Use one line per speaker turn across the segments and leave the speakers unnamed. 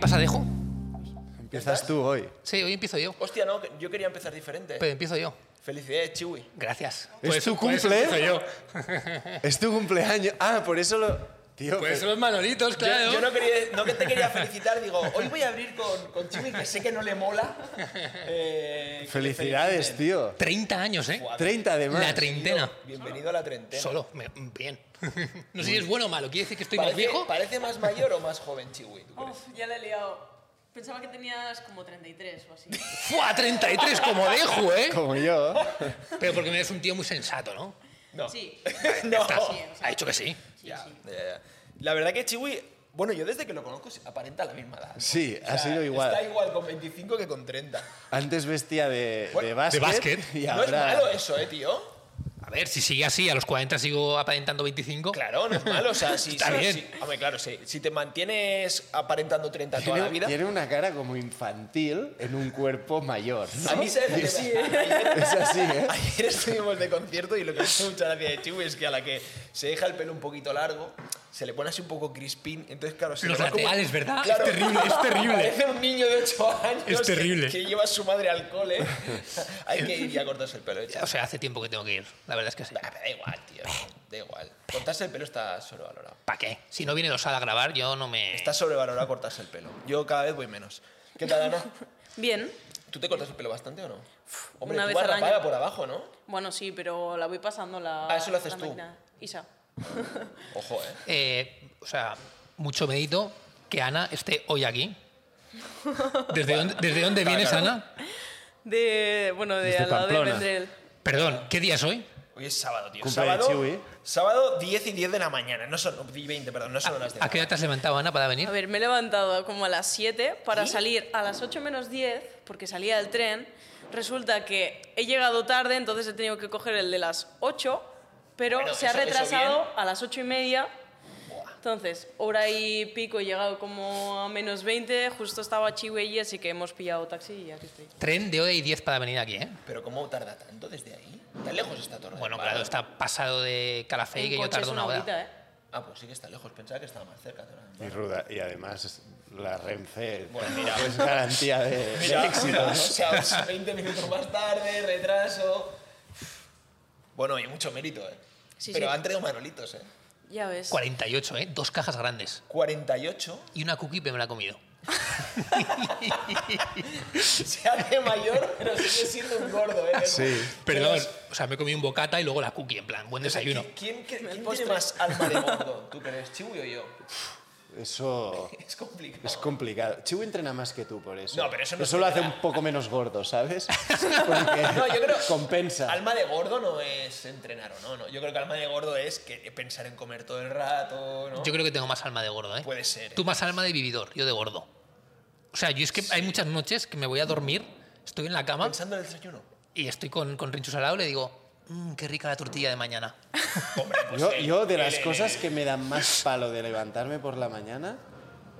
pasa, dejo?
Empiezas tú hoy.
Sí, hoy empiezo yo.
Hostia, no, que yo quería empezar diferente.
Pero empiezo yo.
Felicidades, Chiwi.
Gracias.
¿Es
Pues-
tu
pues
cumple?
empiezo yo.
Es tu cumpleaños. Ah, por eso lo. Tío,
Pues
pero-
los manolitos,
Yo,
claro.
yo no, quería, no que te quería felicitar, digo, hoy voy a abrir con, con Chiwi, que sé que no le mola. eh, que le
Felicidades,
feliciten.
tío.
30 años, ¿eh?
Guau,
30 además.
La treintena.
Bienvenido a la treintena.
Solo. Me- bien. No sé si es bueno o malo. ¿Quiere decir que estoy más
parece,
viejo?
¿Parece más mayor o más joven, Chiwi? ¿tú crees?
Uf, ya la he liado. Pensaba que tenías como 33 o así.
¡Fua! 33 como dejo, ¿eh?
Como yo.
Pero porque me eres un tío muy sensato, ¿no?
No.
Sí.
no.
Está.
Sí, o sea.
Ha dicho que sí.
Sí,
Ya,
sí.
ya, ya. La verdad que Chiwi, bueno, yo desde que lo conozco aparenta la misma edad. ¿no?
Sí, ha sido igual.
Está igual con 25 que con 30.
Antes vestía de,
Bueno,
de
de
básquet.
básquet.
Y
No es
ahora.
malo eso, ¿eh, tío?
A ver, si sigue así, a los 40 sigo aparentando 25.
Claro, no es malo. O sea, si,
Está
si-
bien.
si- hombre, claro, si, si te mantienes aparentando 30 toda la
tiene,
vida.
tiene una cara como infantil en un cuerpo mayor. ¿no?
A mí sabes lo que
Es-
me- ayer,
Es así, ¿eh?
ayer estuvimos de concierto y lo que me hace mucha gracia de Chiwi es que a la que se deja el pelo un poquito largo, se le pone así un poco crispín. Entonces, claro, se
Los
le va como-
laterales, ¿verdad?
Claro.
Es terrible, es terrible.
Parece un niño de 8 años
Es
que-
terrible.
Que, lleva a su madre al cole. Hay que ir y a cortarse el pelo. ¿eh?
O sea, hace tiempo que tengo que ir. La verdad es que sí.
Nah, pero da igual, tío. Da igual. Cortarse el pelo está sobrevalorado.
¿Para qué? Si no viene los a grabar, yo no me.
Está sobrevalorado cortarse el pelo. Yo cada vez voy menos. ¿Qué tal, Ana?
Bien.
¿Tú te cortas el pelo bastante o no? Hombre,
una
tú
vez
vas
al año.
rapada por abajo, ¿no?
Bueno, sí, pero la voy pasando la.
Ah, eso lo haces
la
tú.
máquina. Isa.
Ojo, ¿eh?
Eh, o sea, mucho mérito que Ana esté hoy aquí. ¿Desde dónde, desde dónde
Claro,
vienes,
claro.
Ana?
De. Bueno, de
Desde
al lado
Pamplona.
de Vendrell.
Perdón, ¿qué día es hoy?
Hoy es sábado, tío.
Cumple de
sábado,
Chiwi.
sábado 10 y 10 de la mañana. No son no, 20, perdón, no son las de
¿eh? ¿A qué hora te has levantado, Ana, para venir?
A ver, me he levantado como a las 7 para salir a las 8 menos 10, porque salía del tren. Resulta que he llegado tarde, entonces he tenido que coger el de las 8, pero
Bueno,
se ha
eso- eso
retrasado
bien.
a las 8 y media. Entonces, hora y pico, he llegado como a menos 20, justo estaba Chihuahua y así que hemos pillado taxi y aquí estoy.
Tren de hora y 10 para venir aquí, ¿eh?
Pero ¿cómo tarda tanto desde ahí? ¿Tan lejos está Torre?
Bueno,
Vale.
claro, está pasado de Calafé
En
que yo
coche es
tardo una hora.
horita, ¿eh?
Ah, pues sí que está lejos. Pensaba que estaba más cerca. Torre.
Y ruda. Y además, la Renfe
Bueno, mira.
es garantía de, de
Mira,
éxito.
o sea, 20 minutos más tarde, retraso. Bueno, y mucho mérito, ¿eh?
Sí,
Pero
sí.
han traído manolitos, ¿eh?
Ya ves.
48, ¿eh? Dos cajas grandes.
48,
Y una cookie que me la he comido.
se hace mayor, pero sigue siendo un gordo, ¿eh?
Sí.
Perdón, o sea, me he comido un bocata y luego la cookie, en plan, buen desayuno.
¿Qui- ¿Quién, cre- quién tiene más alma de gordo? ¿Tú crees, Chiwi o yo?
Eso
Es complicado.
es complicado. Chihu entrena más que tú por eso.
No, pero eso no
lo hace
entrena.
un poco menos gordo, ¿sabes? Porque
No, yo creo-
compensa.
Alma de gordo no es entrenar o no, no. Yo creo que alma de gordo es que eh, pensar en comer todo el rato, ¿no?
Yo creo que tengo más alma de gordo, ¿eh?
Puede ser, ¿eh?
Tú más alma de vividor, yo de gordo. O sea, yo es que hay muchas noches que me voy a dormir, estoy en la cama
Pensando en el desayuno.
y estoy con, con Rinchus al lado y le digo, "Mm, qué rica la tortilla de mañana.
Yo,
el-
yo de
pues el-
las
el-
cosas que me dan más palo de levantarme por la mañana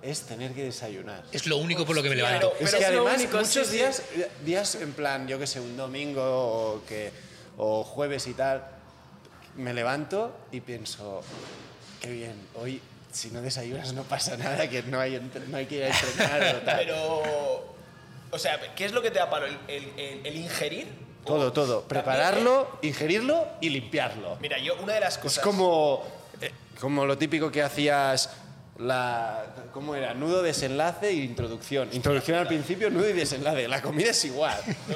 es tener que desayunar.
Es lo único por lo que me levanto.
Es
Pero
que
es lo
además
único,
muchos
sí, sí.
días, días en plan, yo que sé, un domingo o, que, o jueves y tal, me levanto y pienso, qué bien, hoy si no desayunas no pasa nada, que no hay, entre- no hay que ir a entrenar o tal.
Pero. O sea, ¿qué es lo que te da palo? ¿El, el- el- el ingerir? eh,
todo, todo. Prepararlo, ingerirlo y limpiarlo.
Mira, yo una de las
Es
cosas.
como, eh, como lo típico que hacías. La, ¿Cómo era? Nudo, desenlace e introducción. Introducción al principio, nudo y desenlace. La comida es igual.
No,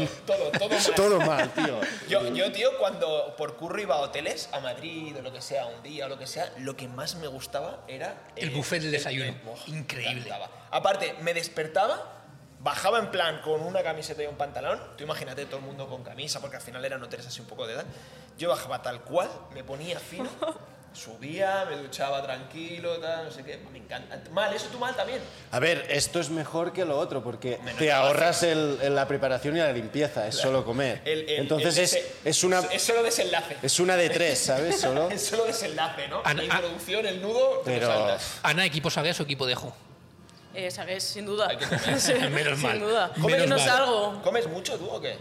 no, todo, todo mal.
Todo mal, tío.
Yo, yo, tío, cuando por curro iba a hoteles, a Madrid o lo que sea, un día o lo que sea, lo que más me gustaba era...
El buffet del desayuno. Increíble.
me encantaba. Aparte, me despertaba, bajaba en plan con una camiseta y un pantalón. Tú imagínate todo el mundo con camisa, porque al final eran hoteles así un poco de edad. Yo bajaba tal cual, me ponía fino, subía, me duchaba tranquilo, tal, no sé qué. Me encanta. Mal, eso tú mal también.
A ver, esto es mejor que lo otro porque
Menos
te
que
ahorras el- el- la preparación y la limpieza, es solo comer.
El- el-
Entonces
el
es,
dese-
es, una,
Es solo desenlace.
es una de tres, ¿sabes? Solo.
Es solo desenlace, ¿no?
Ana-
la introducción, el nudo, te lo
Pero
saltas.
Ana, equipo Sagués o equipo Dejo.
Eh, Sagues, sin duda.
Hay que comer.
Sí,
Menos mal.
Sin duda.
Menos
Come que no
mal.
salgo.
¿Comes mucho tú o qué?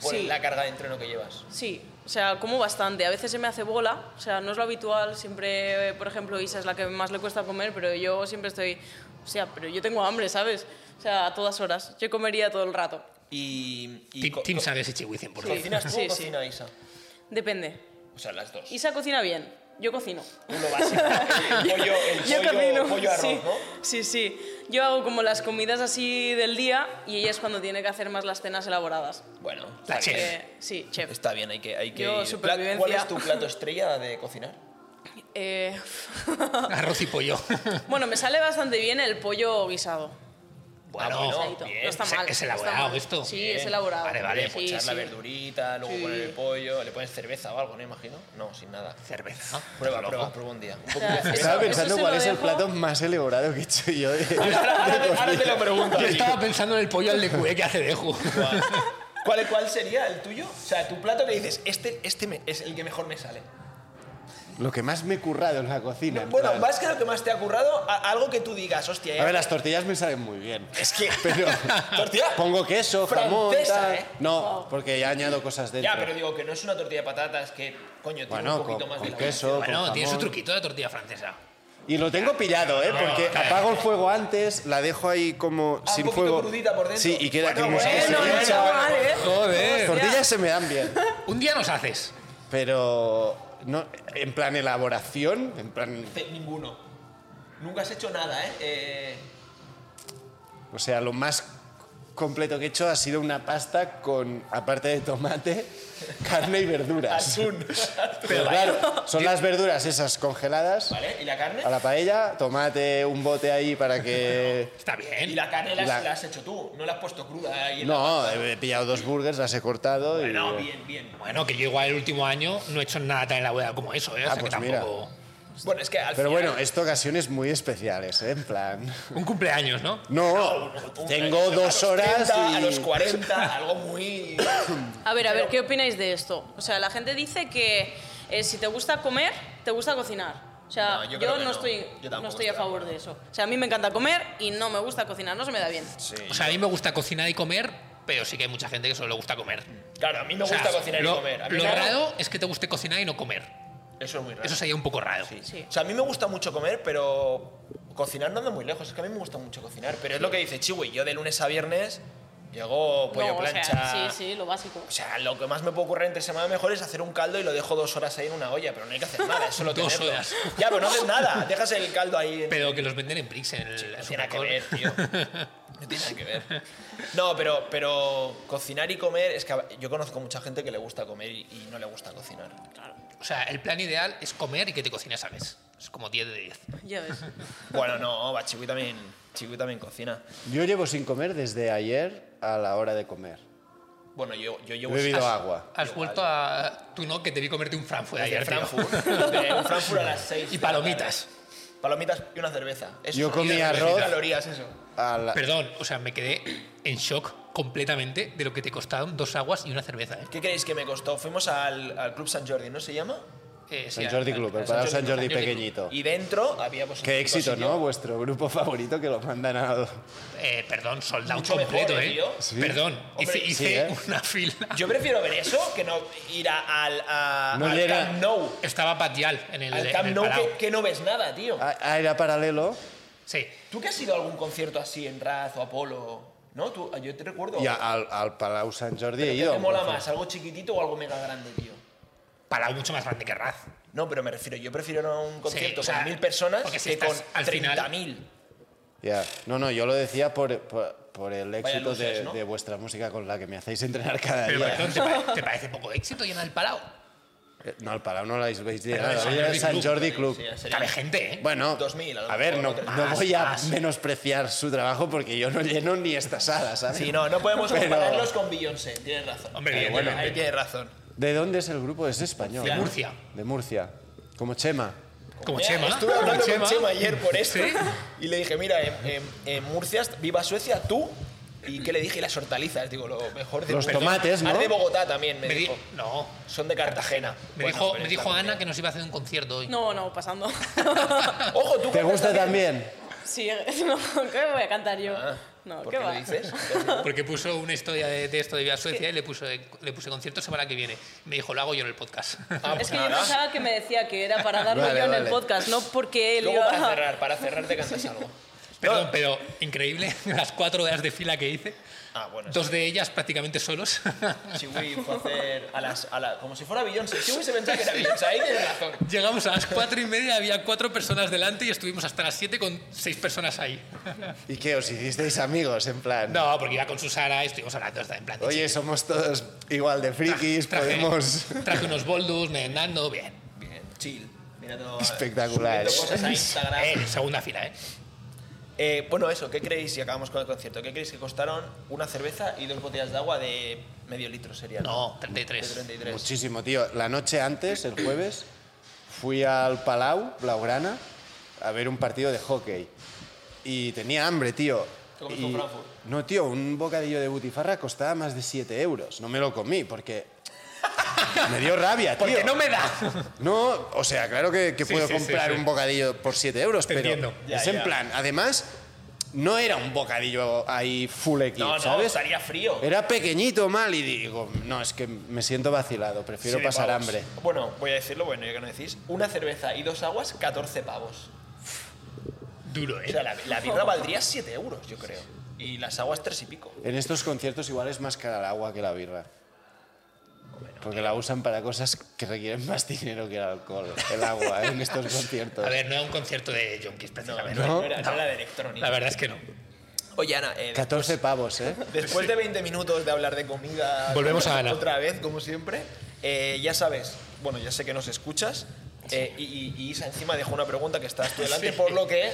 Por
Sí.
la carga de entreno que llevas.
Sí, o sea, como bastante. A veces se me hace bola, o sea, no es lo habitual. Siempre, por ejemplo, Isa es la que más le cuesta comer, pero yo siempre estoy O sea, pero yo tengo hambre, ¿sabes? O sea, a todas horas. Yo comería todo el rato.
Y. y
Team,
co-
team
co-
Sagas y Chihuizen, por favor.
¿Cocinas tú
Sí,
o
sí.
cocina Isa?
Depende.
O sea, las dos.
Isa cocina bien, yo cocino.
Uno básico. El pollo, el
Yo
pollo,
cocino.
pollo arroz,
sí,
¿no?
sí, sí. Yo hago como las comidas así del día y ella es cuando tiene que hacer más las cenas elaboradas.
Bueno,
La
está
chef.
bien.
Eh, sí, chef.
Está bien, hay que. Hay que
Yo,
ir. Pla- ¿Cuál
supervivencia.
es tu plato estrella de cocinar?
Eh,
Arroz y pollo.
bueno, me sale bastante bien el pollo guisado.
Bueno,
Guisadito.
bien,
no está
se- Es
mal. no está
elaborado
mal.
esto.
Sí,
Bien.
es elaborado.
Vale, vale. pues,
Sí,
Echar la
sí.
verdurita, luego
Sí.
poner el pollo, le pones cerveza o algo, ¿no? Imagino. No, sin nada.
Cerveza.
Prueba,
Loco.
prueba, prueba un día. Un
O
poco
sea,
de-
eso-
Estaba
eso
pensando
se
cuál
lo
es el
dejo-
plato más elaborado que he hecho yo. de-
Ahora te- ahora te lo pregunto. a
Yo
ti.
estaba pensando en el pollo al de cué que hace Deju.
¿Cuál, cuál- cuál sería el tuyo? O sea, tu plato que dices, este, este me- es el que mejor me sale.
Lo que más me he currado en la cocina. en
Bueno,
plan.
más que lo que más te ha currado, a- algo que tú digas, hostia,
A ver,
eh,
las tortillas me saben muy bien.
es que.
Pero
¿Tortilla?
pongo queso, jamón,
Francesa,
tal.
¿eh?
No, porque ya añado cosas dentro.
Ya, pero digo que no es una tortilla de patatas, que coño, tiene
Bueno,
un poquito
con-
más de
con
elaboración.
queso.
Bueno,
con
tiene su
jamón.
truquito la tortilla francesa.
Y lo tengo pillado, ¿eh? Porque
claro.
apago el fuego antes, la dejo ahí como
Ah, un
sin
poquito
fuego.
crudita por dentro.
Sí, y queda
Bueno,
como si
bueno,
se
Bueno, no
hincha.
está mal, ¿eh?
Las
Joder.
tortillas se me dan bien.
Un día nos haces.
Pero no, en plan elaboración, en plan,
Te- Ninguno. Nunca has hecho nada, ¿eh? Eh,
o sea, lo más completo que he hecho ha sido una pasta con, aparte de tomate, carne y verduras.
atún.
Pero claro, son las verduras esas congeladas
¿Vale? ¿Y la carne?
a la paella, tomate, un bote ahí para que...
Está bien.
Y la carne la,
La-
la has hecho tú, no la has puesto cruda ahí en la
No,
pasta.
he pillado dos burgers, las he cortado y...
Bueno, bien, bien.
Bueno, que yo igual el último año no he hecho nada tan elaborado como eso, ¿eh? O
Ah,
sea, que
pues mira.
tampoco...
Bueno, es que al
Pero
final-
bueno, esto ocasiones muy especiales, ¿eh? En plan...
Un cumpleaños, ¿no?
No,
Un-
tengo
a
dos
los
horas
30,
y...
A los 40, algo muy...
A ver, a ver, ¿qué opináis de esto? O sea, la gente dice que eh, si te gusta comer, te gusta cocinar. O sea,
No, yo
yo,
creo que
no,
no.
estoy,
Yo
no
tampoco
estoy a
estoy de
favor de eso. O sea, a mí me encanta comer y no me gusta cocinar, no se me da bien.
O sea, a mí me gusta cocinar y comer, pero sí que hay mucha gente que solo le gusta comer.
Claro, a mí me
O sea,
gusta cocinar
lo,
y comer. A mí
lo
me-
raro es que te guste cocinar y no comer.
Eso es muy raro.
Eso sería un poco raro.
Sí.
Sí.
O sea, a mí me gusta mucho comer, pero cocinar no anda muy lejos. Es que a mí me gusta mucho cocinar. Pero es lo que dice Chiwi. Yo de lunes a viernes llego pollo
No, o sea,
plancha.
sí, sí, lo básico.
O sea, lo que más me puede ocurrir entre semana mejor es hacer un caldo y lo dejo dos horas ahí en una olla, pero no hay que hacer nada, es solo
Dos
tenerlo.
horas.
Ya, pero no haces nada, dejas el caldo ahí. en-
Pero que los venden en Prix, en el
no tiene nada que
supermercado.
ver, tío. No tiene nada que ver. No, pero, pero cocinar y comer, es que yo conozco mucha gente que le gusta comer y, y no le gusta cocinar.
O sea, el plan ideal es comer y que te cocines a vez. Es como 10 de 10.
Ya ves.
Bueno, no, va, Chiwi también, Chiwi también cocina.
Yo llevo sin comer desde ayer a la hora de comer.
Bueno, yo, yo
He
llevo...
bebido agua.
Has vuelto a... Tú no, que te vi comerte un Frankfurt
Desde
ayer, tío.
Frankfurt. Desde un Frankfurt a las 6.
Y palomitas.
Palomitas y una cerveza. Eso
Yo
son
comí
500
arroz.
calorías, eso.
A la-
Perdón, o sea, me quedé en shock completamente de lo que te costaron dos aguas y una cerveza, ¿eh?
¿Qué creéis que me costó? Fuimos al, al Club San Jordi, ¿no se llama?
Eh, sí,
San
a-
Jordi
a-
Club,
a
el parado San Jordi
Club.
pequeñito.
Y dentro había pues,
Qué
un
éxito,
sitio.
¿no? Vuestro grupo favorito que lo mandan a...
Eh, perdón, sold out
Mucho
completo,
mejor, ¿eh,
¿eh?
tío?
Sí.
Perdón,
Hombre,
hice,
sí,
hice
¿eh?
una fila.
Yo prefiero ver eso que no ir a- al, a-
No
al
llega.
Camp Nou.
Estaba Patial en el,
Al
en
Camp
el
Nou
Palau.
que, que no ves nada, tío.
Ah, ah, era paralelo.
Sí.
¿Tú que has ido a algún concierto así en Raz o Apolo? ¿No? Tú, ah, yo te recuerdo.
Y a- al, al Palau San Jordi he
¿Qué
ido.
te mola más? ¿Algo chiquitito o algo mega grande, tío?
Palau mucho más grande que Raz.
No, pero me refiero, yo prefiero ir a un concierto
o sea,
con mil personas
porque si
que con
estás al final-
30.000.
Ya. No, no, yo lo decía por, por, por el éxito
luces,
de,
¿no?
de vuestra música con la que me hacéis entrenar cada
Pero
día.
perdón, ¿te, pa- te parece poco éxito llenar el Palau?
Eh, No, al Palau no lo habéis
Pero el
llegado.
San
Era
Jordi
el San
Club,
Jordi Club.
Sí, Pues sería-
Cabe gente, ¿eh?
Bueno,
2000 a lo
a ver, no,
mejor,
no
más,
voy a
más.
menospreciar su trabajo porque yo no lleno ni esta sala, ¿sabes?
Sí, no, no podemos
Pero-
compararlos con Beyoncé, tienes razón.
Hombre,
Ahí
bien,
tiene-
bien,
ahí
bien.
tienes razón.
¿De dónde es el grupo? Es español.
De
¿no?
Murcia.
De Murcia. Como Chema.
Como
Mira,
Chema.
Estuve hablando
Como
con Chema ayer por esto
¿Sí?
y le dije, mira, en, en- en Murcia, viva Suecia, tú. ¿Y qué le dije? Y las hortalizas, digo, lo mejor de
Los
Murcia.
tomates, ¿no?
Ah, de Bogotá también, me,
Me di-
dijo.
no.
Son de Cartagena.
Me
Bueno,
dijo,
pero
me
es
dijo
la
Ana que
comida.
nos iba a hacer un concierto hoy.
No, no, pasando.
Ojo, tú
¿Te
cantas
gusta también?
sí, no, ¿qué voy a cantar yo?
Ah,
no,
¿por
¿qué
qué
va?
lo dices?
Porque puso una historia de, de esto de Vía Suecia y le, puso, le puse concierto semana que viene. Me dijo, lo hago yo en el podcast.
Ah, pues
Es que yo
nada.
pensaba que me decía que era para darlo
Vale,
yo en el
vale.
podcast, no porque él
Luego
iba
para
a-
cerrar, para cerrar te cantas algo.
Perdón, pero increíble las cuatro horas de fila que hice.
Ah, bueno,
Dos de ellas prácticamente solos.
Chiwi fue a hacer a las, a la- como si fuera Beyoncé. Chiwi se pensaba que era Beyoncé, ahí tienes razón.
Llegamos a las cuatro y media, había cuatro personas delante y estuvimos hasta las siete con seis personas ahí.
¿Y qué? ¿Os hicisteis amigos? En plan.
No, porque iba con Susana, estuvimos hablando hasta en plan de
Oye, somos todos igual de frikis,
traje-
podemos.
Traje unos boldus, merendando, bien.
Bien, chill. Mirando,
Espectacular.
subiendo cosas a Instagram.
Eh, segunda fila, ¿eh?
Eh, bueno, eso, ¿qué creéis? Y acabamos con el concierto. ¿Qué creéis que costaron una cerveza y dos botellas de agua de medio litro sería?
No,
De
33.
33.
Muchísimo, tío. La noche antes, el jueves, fui al Palau, Blaugrana, a ver un partido de hockey. Y tenía hambre, tío.
¿Te comiste
Y-
un Frankfurt?
No, tío, un bocadillo de butifarra costaba más de 7 euros. No me lo comí porque me dio rabia, tío.
Porque no me da.
No, o sea, claro que, que
Sí,
puedo
sí, sí,
comprar
sí.
un bocadillo por 7 euros,
Te
pero
entiendo.
Ya,
es
ya.
en plan, además, no era un bocadillo ahí full equip,
No, no,
¿sabes?
estaría frío.
Era pequeñito, mal, y digo, no, es que me siento vacilado, prefiero
Siete
pasar
pavos.
hambre.
Pues, Bueno, voy a decirlo, bueno, ya que no decís. Una cerveza y dos aguas, 14 pavos.
Duro,
O sea,
¿eh?
la, la birra valdría 7 euros, yo creo. Y las aguas 3 y pico.
En estos conciertos igual es más cara el agua que la birra. Porque la usan para cosas que requieren más dinero que el alcohol, el agua, ¿eh? en estos conciertos.
A ver, no era un concierto de Junkies,
No,
precisamente.
no, no era, no era de electrónica.
La verdad es que no.
Oye, Ana, eh,
14 pavos, ¿eh?
Después de 20 minutos de hablar de comida.
Volvemos a Ana.
Otra vez, como siempre. Eh, ya sabes, bueno, ya sé que nos escuchas. eh, y, y- y Isa encima dejó una pregunta que estás tú delante,
Sí.
por lo que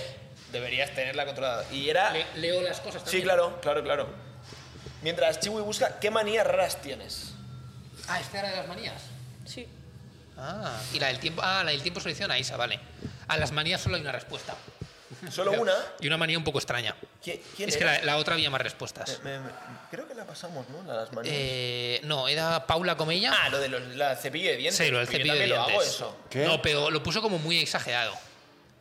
deberías tenerla controlada. Y era.
leo las cosas
sí, claro, claro, claro. Mientras Chiwi busca, ¿qué manías raras tienes?
Ah, esta era de las manías.
Sí.
Ah, y la del tiempo. Ah, la del tiempo selecciona Isa, vale. A las manías solo hay una respuesta.
Solo una.
Y una manía un poco extraña.
¿Qui- ¿Quién
Es que
era?
la, la otra había más respuestas.
Me- me- creo que la pasamos, ¿no? La de las manías.
Eh, no, era Paula Comella.
ah, lo de los, la cepillo de dientes.
Sí, lo del
porque
cepillo de
también
dientes.
Lo hago eso.
¿Qué?
No, pero lo puso como muy exagerado.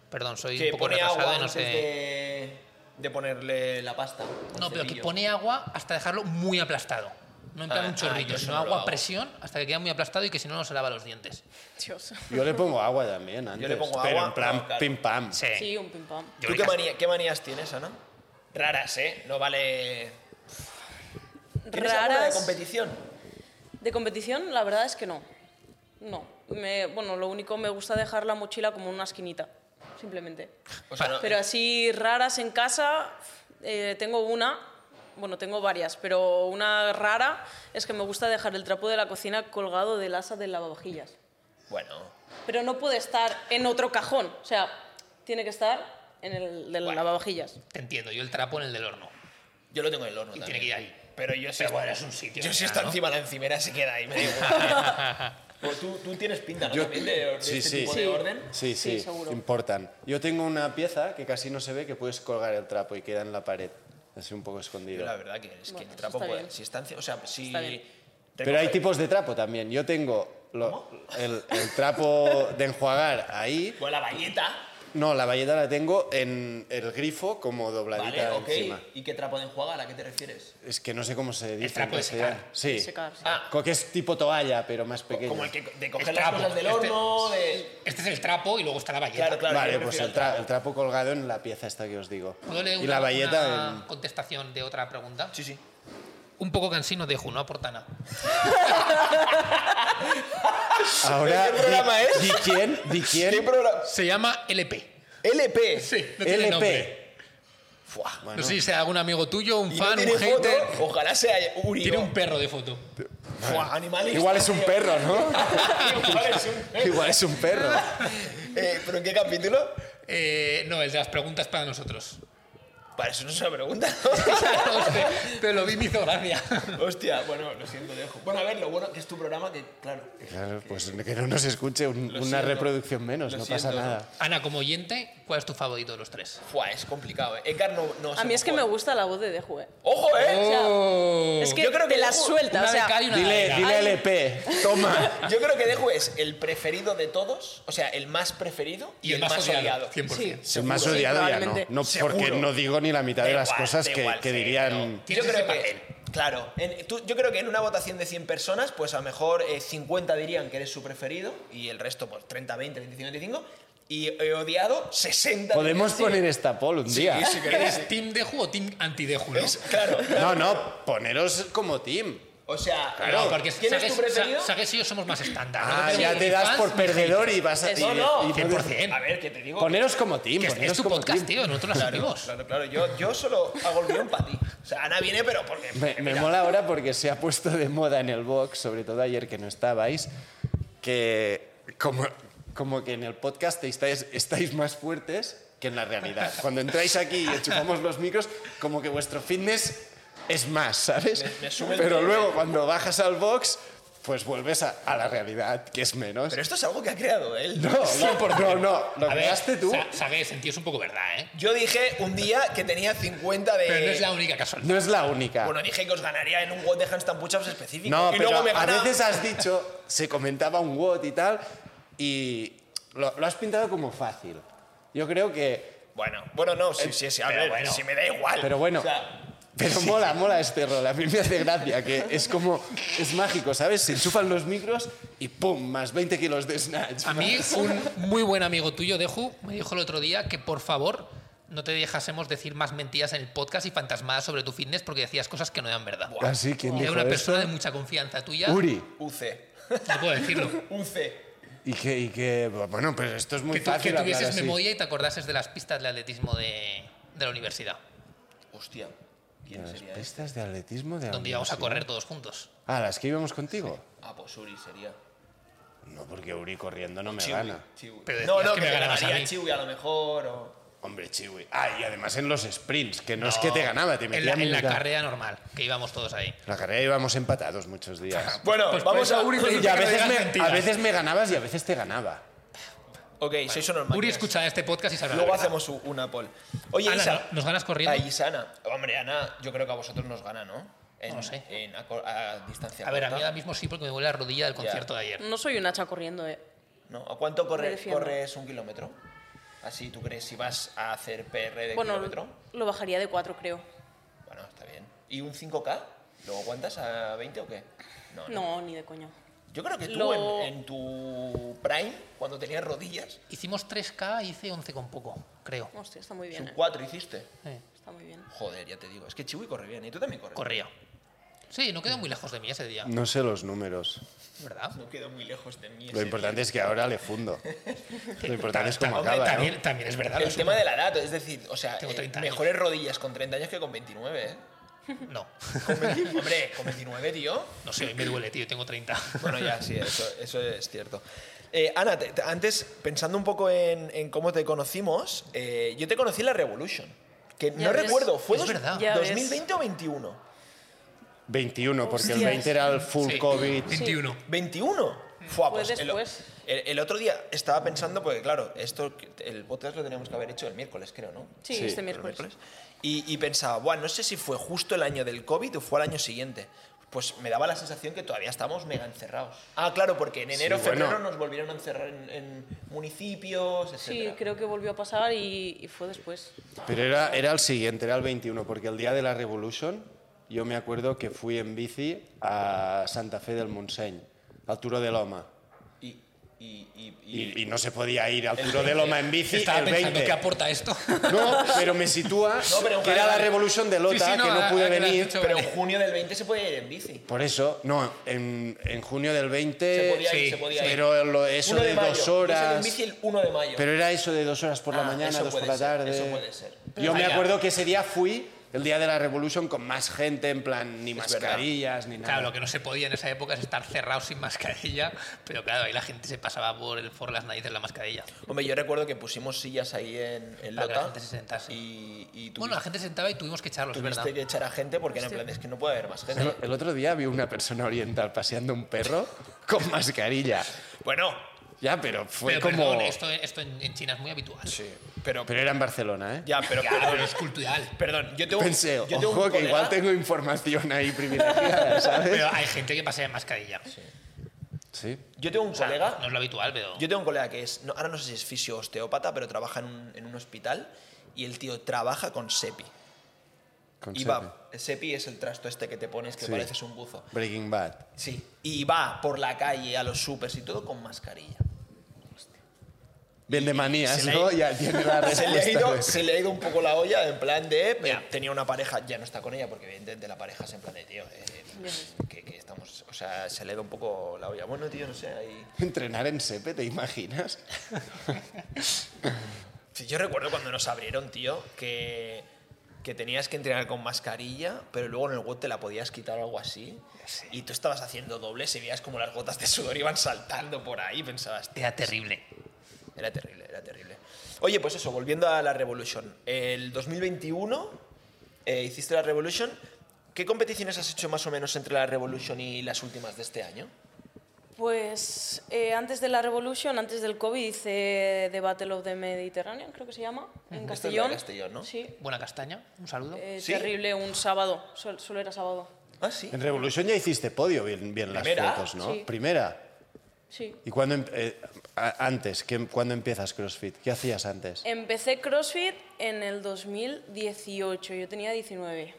Perdón, soy
Que
un poco
pone
retrasado
agua
y no
antes
sé.
de, de ponerle la pasta. al
No, pero que
cepillo.
pone agua hasta dejarlo muy aplastado. No en plan
Ah,
un
ah, yo
chorrito,
eso
sino
no lo
agua a
hago.
presión hasta que queda muy aplastado y que si no, no se lava los dientes.
Dios.
Yo le pongo agua también antes,
le pongo
pero
agua,
en plan
no, claro.
pim pam.
Sí.
Eh.
Sí, un pim pam.
Yo
¿Tú
creo
qué,
que-
manía- qué manías tienes, Ana? Raras, ¿eh? No vale... ¿Tienes alguna de
Raras.
competición?
De competición, la verdad es que no. No. Me- bueno, lo único me gusta dejar la mochila como en una esquinita, simplemente.
O sea, no-
Pero así raras en casa, eh, tengo una, bueno, tengo varias, pero una rara es que me gusta dejar el trapo de la cocina colgado del asa del lavavajillas.
Bueno,
Pero no puede estar en otro cajón, o sea, tiene que estar en el del
Bueno.
lavavajillas.
Te entiendo, yo el trapo en el del horno.
yo lo tengo en el horno
Y tiene
también.
que ir ahí.
Pero yo sí...
Pero bueno, es un sitio
Yo
de
sí
nada,
está
¿no?
encima de la encimera, se queda ahí. Me da igual. Pues tú, tú tienes pinta, ¿no?
Yo-
También de, de
sí,
este
sí.
tipo de
Sí.
orden.
Sí,
Sí,
sí,
seguro.
importan. Yo tengo una pieza que casi no se ve que puedes colgar el trapo y queda en la pared, así un poco
Yo
escondido.
la verdad que es que
Bueno,
el
eso
trapo
está
puede...
bien.
Si está enci- O sea, si...
Está bien.
Pero hay
recoge-
tipos de trapo también. Yo tengo lo- el, el trapo de enjuagar ahí.
Con la bañeta,
No, la valleta la tengo en el grifo como dobladita
¿vale? Ok.
encima.
¿Y qué trapo de enjuagar? ¿A qué te refieres?
Es que no sé cómo se dice. en
trapo de secar.
castellano. Sí.
Secar, sí.
Ah,
Co- Que es tipo toalla, pero más pequeño.
como el que de
El
coger las
trapo,
cosas del
este-
horno, de...
Este es el trapo y luego está la valleta.
Claro, claro. yo
vale,
me
pues
refiero
el,
al
tra- el trapo colgado en la pieza esta que os digo.
¿Puedo leer
Y
una,
la valleta
una contestación de otra pregunta?
Sí, sí.
Un poco cansino dejo, no aporta nada.
en- Ahora,
¿Qué programa
di,
es?
di quién, di
¿Qué
quién.
programa?
Se llama LP.
LP.
Sí, no tiene nombre.
LP.
No sé si sea algún amigo tuyo, un
Y
fan,
no tiene
un hater.
foto, Ojalá sea Uri.
Tiene un perro de foto.
Buah, animalista,
Igual es un
tío.
perro, ¿no?
Igual es un perro.
Igual es un perro.
Eh, ¿Pero en qué capítulo?
Eh, no, el de las preguntas para nosotros.
Para eso no es una pregunta.
No sé, pero lo vi y me hizo gracia.
Hostia, bueno, lo siento, dejo. Bueno, a ver, lo bueno que es tu programa que, claro.
Claro, pues que no nos escuche un-
Lo
una
siento.
reproducción menos,
Lo
no pasa
siento.
nada.
Ana, como oyente, ¿cuál es tu favorito de los tres?
Buah, es complicado, eh. Edgar no, no
A
se
mí es que me
moja.
gusta la voz de Deju, eh.
¡Ojo, eh!
O sea,
Oh.
es que
Yo creo que
te la
Deju-
suelta,
Una
o sea,
becaria y una
Dile,
becaria.
dile
Ay.
LP, toma.
Yo creo que Dejo es el preferido de todos, o sea, el más preferido y, el, más, odiado.
100%.
El más
Sí,
odiado ya no.
probablemente.
No,
Seguro.
porque no digo ni la mitad de
Da
las
igual,
cosas
da
que,
igual,
que
sí,
dirían.
¿Quién
Yo
es ese
creo que,
papel?
claro, en- tú- yo creo que en una votación de 100 personas, pues a lo mejor eh, 50 dirían que eres su preferido y el resto, pues 30, 20, 25, 25. y he odiado 60
Podemos
veces.
poner esta poll un día.
Sí, sí, que-
¿Eres team Deju o team anti-Deju, no?
es- Claro.
No, no, poneros como team.
O sea,
Claro.
No, porque
¿quién es
Sagues
tu preferido?
Sagues y yo somos más estándar.
Ah,
Nosotros
ya
somos
te das
fans,
por perdedor y vas a
Eso
y-
no.
y-
100%.
A ver, que te digo.
Poneros como team.
Que este es-
poneros
es tu
como
podcast,
team.
tío, nosotros lo
Claro,
hacemos.
claro, claro. Yo, yo solo hago el guión para ti. O sea, Ana viene, pero porque.
Me, me mola ahora porque se ha puesto de moda en el box, sobre todo ayer que no estabais, que como, como que en el podcast estáis, estáis más fuertes que en la realidad. Cuando entráis aquí y chupamos los micros, como que vuestro fitness es más, ¿sabes?
Me- me sube el
Pero
nivel.
luego cuando bajas al box, pues vuelves a, a la realidad, que es menos.
Pero esto es algo que ha creado él.
no, no, no, no, lo
A ver,
creaste tú.
Sa- Sagues, en ti es un poco verdad, ¿eh?
Yo dije un día que tenía 50 de.
Pero no es la única casualidad.
Eh, No es la única.
Bueno, dije que os ganaría en un WOD de handstand push-ups específico.
No,
y
pero
luego me
a
gana-
veces has dicho, se comentaba un WOT y tal, y lo, lo has pintado como fácil. Yo creo que...
Bueno, bueno, no, sí, sí, sí. A
Pero
ver,
bueno.
si me da igual.
Eh, Pero bueno.
O sea,
Pero mola, mola este rol, a mí me hace gracia, que es como, es mágico, ¿sabes? Se enchufan los micros y ¡pum! Más 20 kilos de snatch.
A mí, un muy buen amigo tuyo, Deju, me dijo el otro día que por favor no te dejásemos decir más mentiras en el podcast y fantasmadas sobre tu fitness porque decías cosas que no eran verdad.
Ah, sí, ¿quién
Era
dijo
una
eso?
persona de mucha confianza tuya.
Uri.
UC.
No puedo decirlo.
UC.
Y que, y que, bueno, pues esto es muy
que, tú- que
fácil hablar
tuvieses
así.
memoria y te acordases de las pistas de atletismo de, de la universidad,
Hostia. ¿Quién
pues,
Las
sería este?
pistas de atletismo de la
donde íbamos a
universidad.
correr todos juntos.
Ah, las que íbamos contigo.
Ah, pues Uri sería.
No, porque Uri corriendo no me
Chiwi,
gana.
Chiwi.
Pero
no,
decías
no,
que
que,
me
me
ganabas a
ganaría
mí.
Chiwi a lo mejor. O...
Hombre, chiwi. Ah, y además en los sprints, que no, es que te ganaba, Ah, te
en la,
metía
en la
mitad.
carrera normal, que íbamos todos ahí.
La carrera íbamos empatados muchos días.
Bueno,
Pues
vamos
por eso
a
Uri te
y
dice
a
que no
veces,
digas
me,
mentiras.
a veces me ganabas y a veces te ganaba.
Ok, sois unos
Uri
máquinas.
escucha este podcast y sabrá. la
Luego
verdad.
hacemos u- una poll. Oye,
Ana,
Isa.
¿no- nos ganas corriendo?
Ay, Isa, Ana. Hombre, Ana, yo creo que a vosotros nos gana, ¿no? En,
No sé.
en- a, cor- a distancia.
A ver, a mí
corta.
ahora mismo sí, porque me duele la rodilla del concierto de ayer.
No soy un hacha corriendo, eh.
No, ¿A cuánto corre-
Me defiendo.
corres un kilómetro? Así, ¿tú crees si vas a hacer PR de
Bueno,
kilómetro?
lo bajaría de 4, creo.
Bueno, está bien. ¿Y un 5K? ¿Lo aguantas a 20 o qué? No, no.
No, ni de coña.
Yo creo que tú
Lo-
en, en tu prime, cuando tenías rodillas,
Hicimos 3K y hice 11 con poco, creo.
Hostia, está muy bien,
sub
eh.
4 hiciste.
Eh,
Está muy bien.
Joder, ya te digo. Es que Chiwi corre bien y tú también corres.
corría. Sí, no quedó muy lejos de mí ese día,
No sé los números.
¿verdad?
No quedo muy lejos de mí.
Lo
ese
importante es que ahora le fundo. Lo importante es cómo
Hombre,
acaba, ¿no?
también, también es verdad.
El
lo
tema de la edad, es decir, o sea,
Tengo
eh,
30 años.
mejores rodillas con 30 años que con 29, ¿eh?
supongo. No,
Con 20 hombre, con 29, tío.
no sé, hoy me duele, tío, tengo 30.
Bueno, ya, sí, eso, eso es cierto. Eh, Ana, te- te- antes, pensando un poco en, en cómo te conocimos, eh, yo te conocí en la Revolution. Que
Ya
no
ves.
recuerdo, ¿fue
Es
dos-
verdad.
Ya ves.
2020 o 21?
21, porque el
Hostias.
20 era el full
Sí,
COVID.
21.
21. Fua,
Fue
pues, el-
después.
El, el otro día estaba pensando, porque claro, esto, el podcast lo teníamos que haber hecho el miércoles, creo, ¿no?
Sí,
Sí,
este
el
miércoles.
Y, y pensaba, bueno, no sé si fue justo el año del COVID o fue al año siguiente. Pues me daba la sensación que todavía estábamos mega encerrados. Ah, claro, porque en enero,
Sí, bueno.
febrero nos volvieron a encerrar en, en municipios, etc.
Sí, creo que volvió a pasar y, y fue después.
Pero era, era el siguiente, era el 21, porque el día de la Revolution yo me acuerdo que fui en bici a Santa Fe del Montseny, al Turo de Loma.
Y, y- y- y-
Y, y no se podía ir al Turo de Loma en bici
Estaba
el 20.
pensando, ¿qué aporta esto?
No, pero me sitúa
No, pero en
que era la
general-
revolución de Lota,
Sí, sí, no,
que no
ahora-
pude
ahora que lo has
venir.
dicho,
Pero en
vale.
junio del 20 se podía ir en bici.
Por eso, no, en, en junio del 20.
Se podía ir,
sí,
se podía ir.
pero lo- eso
1
de,
mayo.
dos
Yo salí en
horas.
bici el 1 de mayo.
Pero era eso de dos horas por la
Ah,
mañana,
eso
dos por
puede
la
ser,
tarde.
eso puede ser.
Yo me
Vaya.
acuerdo que ese día fui, el día de la revolución, con más gente, en plan, ni
verdad.
mascarillas, ni nada.
Claro, lo que no se podía en esa época es estar cerrado sin mascarilla, pero claro, ahí la gente se pasaba por, el, por las narices la mascarilla.
Hombre, yo recuerdo que pusimos sillas ahí en, en
Para que
Lota.
la gente se sentase.
Y, y tuviste,
Bueno, la gente se sentaba y tuvimos que echarlos, es
tuviste
verdad.
que echar a gente porque era en plan, es que no puede haber más
El,
gente.
el otro día vi una persona oriental paseando un perro con mascarilla.
Bueno,
Ya, pero fue
Pero
como.
perdón, esto, esto en, en China es muy habitual.
sí, pero,
Pero era en Barcelona, ¿eh?
ya, pero,
Ya,
perdón,
pero es cultural.
perdón, yo tengo,
Pensé,
yo tengo
ojo,
un
que igual
colega-
tengo información ahí privilegiada, ¿sabes?
Pero hay gente que pasa de mascarilla.
Sí.
Yo tengo un
O sea,
colega,
No es lo habitual, pero.
yo tengo un colega que es, no- ahora no sé si es fisio o osteópata, pero trabaja en un, en un hospital y el tío trabaja con SEPI.
con
Y
Sepi.
va, SEPI es el trasto este que te pones que
Sí.
pareces un buzo.
Breaking Bad.
Sí, y va por la calle a los supers y todo con mascarilla.
Bien de manías,
se le ha
¿no?
ido-
Ya tiene la
Se le, ha ido,
respuesta.
se le ha ido un poco la olla en plan de. mira, tenía una pareja, ya no está con ella, porque evidentemente la pareja es en plan de, tío, eh, que, que estamos. O sea, se le ha ido un poco la olla. Bueno, tío, no sé, ahí.
Entrenar en SEPE, ¿te imaginas?
Sí, yo recuerdo cuando nos abrieron, tío, que, que tenías que entrenar con mascarilla, pero luego en el WOT te la podías quitar o algo así. Y tú estabas haciendo dobles y veías como las gotas de sudor iban saltando por ahí. Pensabas, tío,
Era terrible.
era terrible, era terrible. Oye, pues eso, volviendo a la Revolution. El 2021 eh, hiciste la Revolution. ¿Qué competiciones has hecho más o menos entre la Revolution y las últimas de este año?
Pues eh, antes de la Revolution, antes del COVID, hice The Battle of the Mediterranean, creo que se llama, en
Esta es la de
Castellón.
Castellón, ¿no?
Sí.
Buena castaña, un saludo.
Eh,
¿Sí?
Terrible, un sábado, sol- solo era sábado.
Ah, sí.
En Revolución ya hiciste podio, bien, bien las
Primera,
fotos, ¿no?
sí.
Primera.
Sí.
¿Y cuándo em- eh, a- antes? ¿qué- ¿Cuándo empiezas CrossFit? ¿Qué hacías antes?
Eh, Empecé CrossFit en el 2018, yo tenía 19,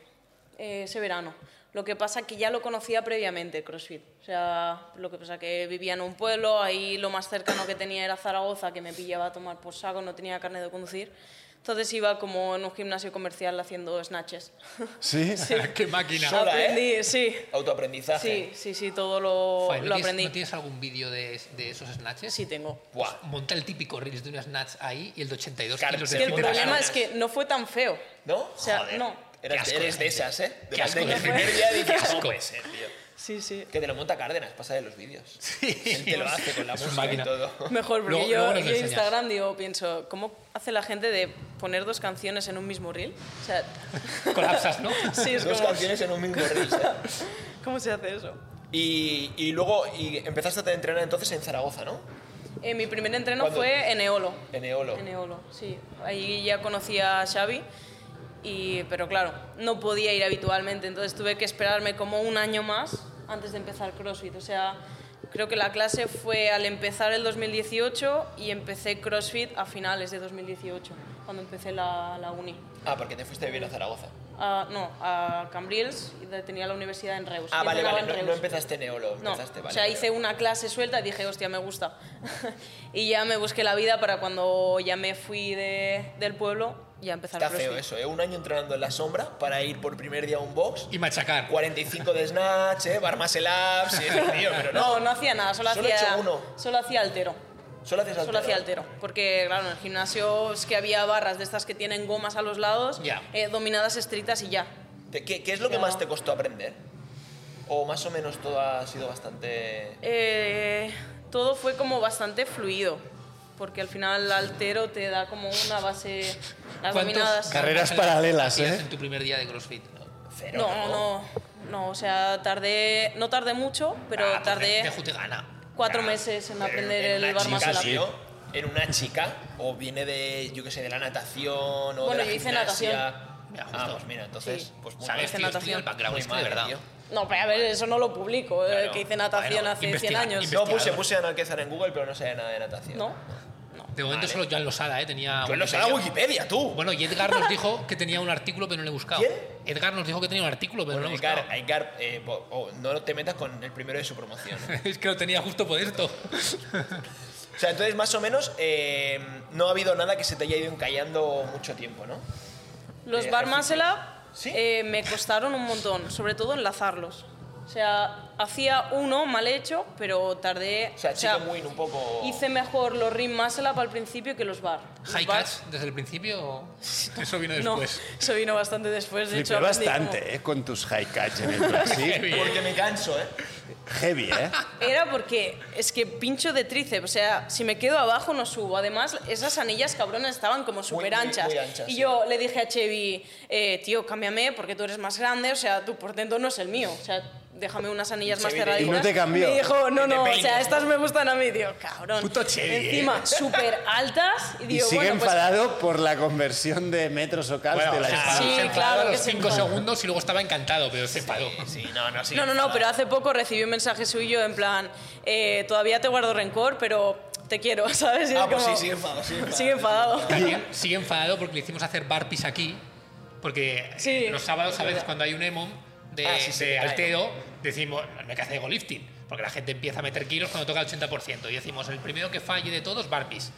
eh, ese verano. Lo que pasa que ya lo conocía previamente, CrossFit. O sea, lo que pasa que vivía en un pueblo, ahí lo más cercano que tenía era Zaragoza, que me pillaba a tomar por saco, no tenía carne de conducir. Entonces iba como en un gimnasio comercial haciendo snatches.
¿Sí?
¡Qué máquina!
Sola, ¿eh?
Aprendí, sí. Sí,
Autoaprendizaje.
sí, sí, todo lo,
Joder,
lo
¿no, tienes,
aprendí.
¿no tienes algún vídeo de, de esos snatches?
Sí, tengo.
Buah,
Buah.
monta el típico reels de un snatch ahí y el de 82
Claro,
kilos
es
de
Es que el
gente en la
problema
cara.
es que no fue tan feo.
¿No?
O sea,
Joder.
no.
Qué
Eras,
asco de
eres de
gente.
esas, ¿eh?
Qué asco
de
de
el
gente.
primer día
Qué
dices,
asco.
no puede ser, tío.
Sí, sí.
Que te lo monta Cárdenas, pasa de los vídeos. Sí. Él te lo hace con la
Es un
música y
máquina.
todo.
Mejor, porque
Luego-
yo,
luego nos lo
yo en
enseñas.
Instagram digo, pienso, ¿cómo hace la gente de poner dos canciones en un mismo reel? O sea,
Colapsas, ¿no?
sí, es
Dos
como,
canciones en un mismo reel, ¿eh?
¿cómo se hace eso?
Y, y luego y empezaste a entrenar entonces en Zaragoza, ¿no?
Eh, mi primer entreno
¿Cuándo?
fue en Eolo.
En Eolo.
En Eolo, sí. Ahí ya conocí a Xavi, y, pero claro, no podía ir habitualmente, entonces tuve que esperarme como un año más antes de empezar CrossFit. O sea, creo que la clase fue al empezar el 2018 y empecé CrossFit a finales de 2018, cuando empecé la, la uni.
Ah, porque te fuiste a vivir a Zaragoza.
Ah, no, a Cambrils y de- tenía la universidad en Reus.
Ah,
Yo
vale,
entrenaba
vale,
en
no,
Reus.
no empezaste en Eolo,
No,
empezaste, vale.
o sea,
vale,
hice
vale.
una clase suelta y dije, hostia, me gusta. y ya me busqué la vida para cuando ya me fui de- del pueblo, ya empezar
Está
el
feo
CrossFit.
eso, ¿eh? Un año entrenando en la sombra para ir por primer día a un box,
Y machacar.
45 de snatch, ¿eh? Bar muscle ups, y ese tío, pero
No,
no.
no hacía nada, solo,
Solo he
hacía
hecho uno.
solo hacía altero.
Solo haces
Solo hacía altero, porque claro, en el gimnasio es que había barras de estas que tienen gomas a los lados,
Ya.
eh, dominadas estrictas y ya.
¿Te- ¿Qué, qué es lo que
Ya.
más te costó aprender? ¿O más o menos todo ha sido bastante...?
Eh, todo fue como bastante fluido, porque al final altero te da como una base, las
¿Cuántos
dominadas.
Carreras
hacías
paralelas, ¿eh?
En tu primer día de CrossFit.
Cero,
No, no, no, o sea, tardé, no tardé mucho, pero
Ah, pues de-
tardé
de Jutegana.
cuatro
Ah,
meses en
Pero
aprender
en
el
una
bar
chica,
más
tío, en una chica, o viene de, yo qué sé, de la natación, o de
Bueno,
la
yo hice
gimnasia.
natación. Mira,
ah,
justo.
pues mira, entonces,
Sí.
pues muy
Sabes,
Hice
tío, estoy
natación.
el background
Muy
este, de
madre,
verdad.
tío.
No, pero a ver, eso no lo publico, eh,
Claro.
que hice natación
Bueno,
hace 100
investiga,
años.
investiga.
No, puse,
Investigador.
puse a analizar en Google, pero no sabía nada de natación.
No,
De momento
Vale.
solo Joan Losada, ¿eh? Tenía
Yo lo sé, la Wikipedia, tú.
Bueno, y Edgar nos dijo que tenía un artículo, pero no le he buscado.
¿Quién?
Edgar nos dijo que tenía un artículo, pero no
Bueno,
lo he
Edgar,
buscado.
Edgar, eh, po- oh, no te metas con el primero de su promoción. ¿eh?
es que lo tenía justo por esto.
o sea, entonces, más o menos, eh, no ha habido nada que se te haya ido encallando mucho tiempo, ¿no?
Los
Eh,
bar
ejercicios.
muscle up
¿Sí?
eh, me costaron un montón, sobre todo enlazarlos. O sea, hacía uno mal hecho, pero tardé.
O sea,
o sea,
chicken wing un poco...
hice mejor los rim muscle up al principio que los bar. Los
High
bar-
catch desde el principio. o- Eso vino
No,
después.
eso vino bastante después. De
Flipé
hecho, aprendí como-
bastante, ¿eh? Con tus high catch en el Brasil.
Porque me canso, ¿eh?
Heavy, ¿eh?
Era porque es que pincho de tríceps, o sea, si me quedo abajo no subo. Además, esas anillas cabronas estaban como súper anchas.
muy anchas,
y
sí.
yo le dije a Chevy, eh, tío, cámbiame porque tú eres más grande, o sea, tu portento no es el mío. O sea, déjame unas anillas más
Chevy te
cerradas.
dijo-
Y no te cambió.
Me dijo, no,
Que te
no, o sea,
peines".
estas me gustan a mí, tío, cabrón.
Puto Chevy, ¿eh?
Encima, súper altas. Y,
Y
digo,
sigue
bueno, pues,
enfadado por la conversión de metros o cals de la
se
sea,
enfadó-
sí,
se
espalda.
enfadó
claro
a
que
los
se
5
enfadó.
segundos y luego estaba encantado, pero se enfadó.
Sí, no, no, sí.
No, no, no, pero hace poco recibí un mensaje suyo en plan, eh, todavía te guardo rencor, pero te quiero, ¿sabes? Y
Ah,
es
pues sí,
como-
sigue enfadado, sigue enfadado.
Sigue enfadado.
También sigue enfadado porque le hicimos hacer barpis aquí. Porque
Sí.
los sábados, a veces, cuando hay un EMOM de,
Ah, sí, sí,
de
claro.
alteo, decimos, no hay que hacer golifting. Porque la gente empieza a meter kilos cuando toca el 80%. Y decimos, el primero que falle de todos, barpis.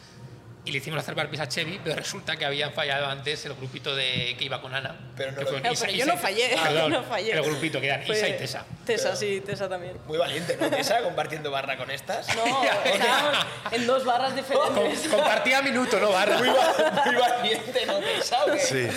y le hicimos hacer barbies a Chevy, pero resulta que habían fallado antes el grupito de, que iba con Ana.
Pero no
que
lo-
fueron
No,
Isa-
pero
Isa
yo no
y-
fallé,
Perdón,
no fallé.
Ah, El grupito que eran
Fue-
Isa y Tessa.
Tesa, sí, Tesa también.
Muy valiente, ¿no? Tessa, compartiendo barra con estas.
No, estábamos en dos barras
Com-
diferentes.
compartía minuto, ¿no, Barra?
Muy, va- muy valiente, ¿no? Tessa, ¿o qué?
Sí.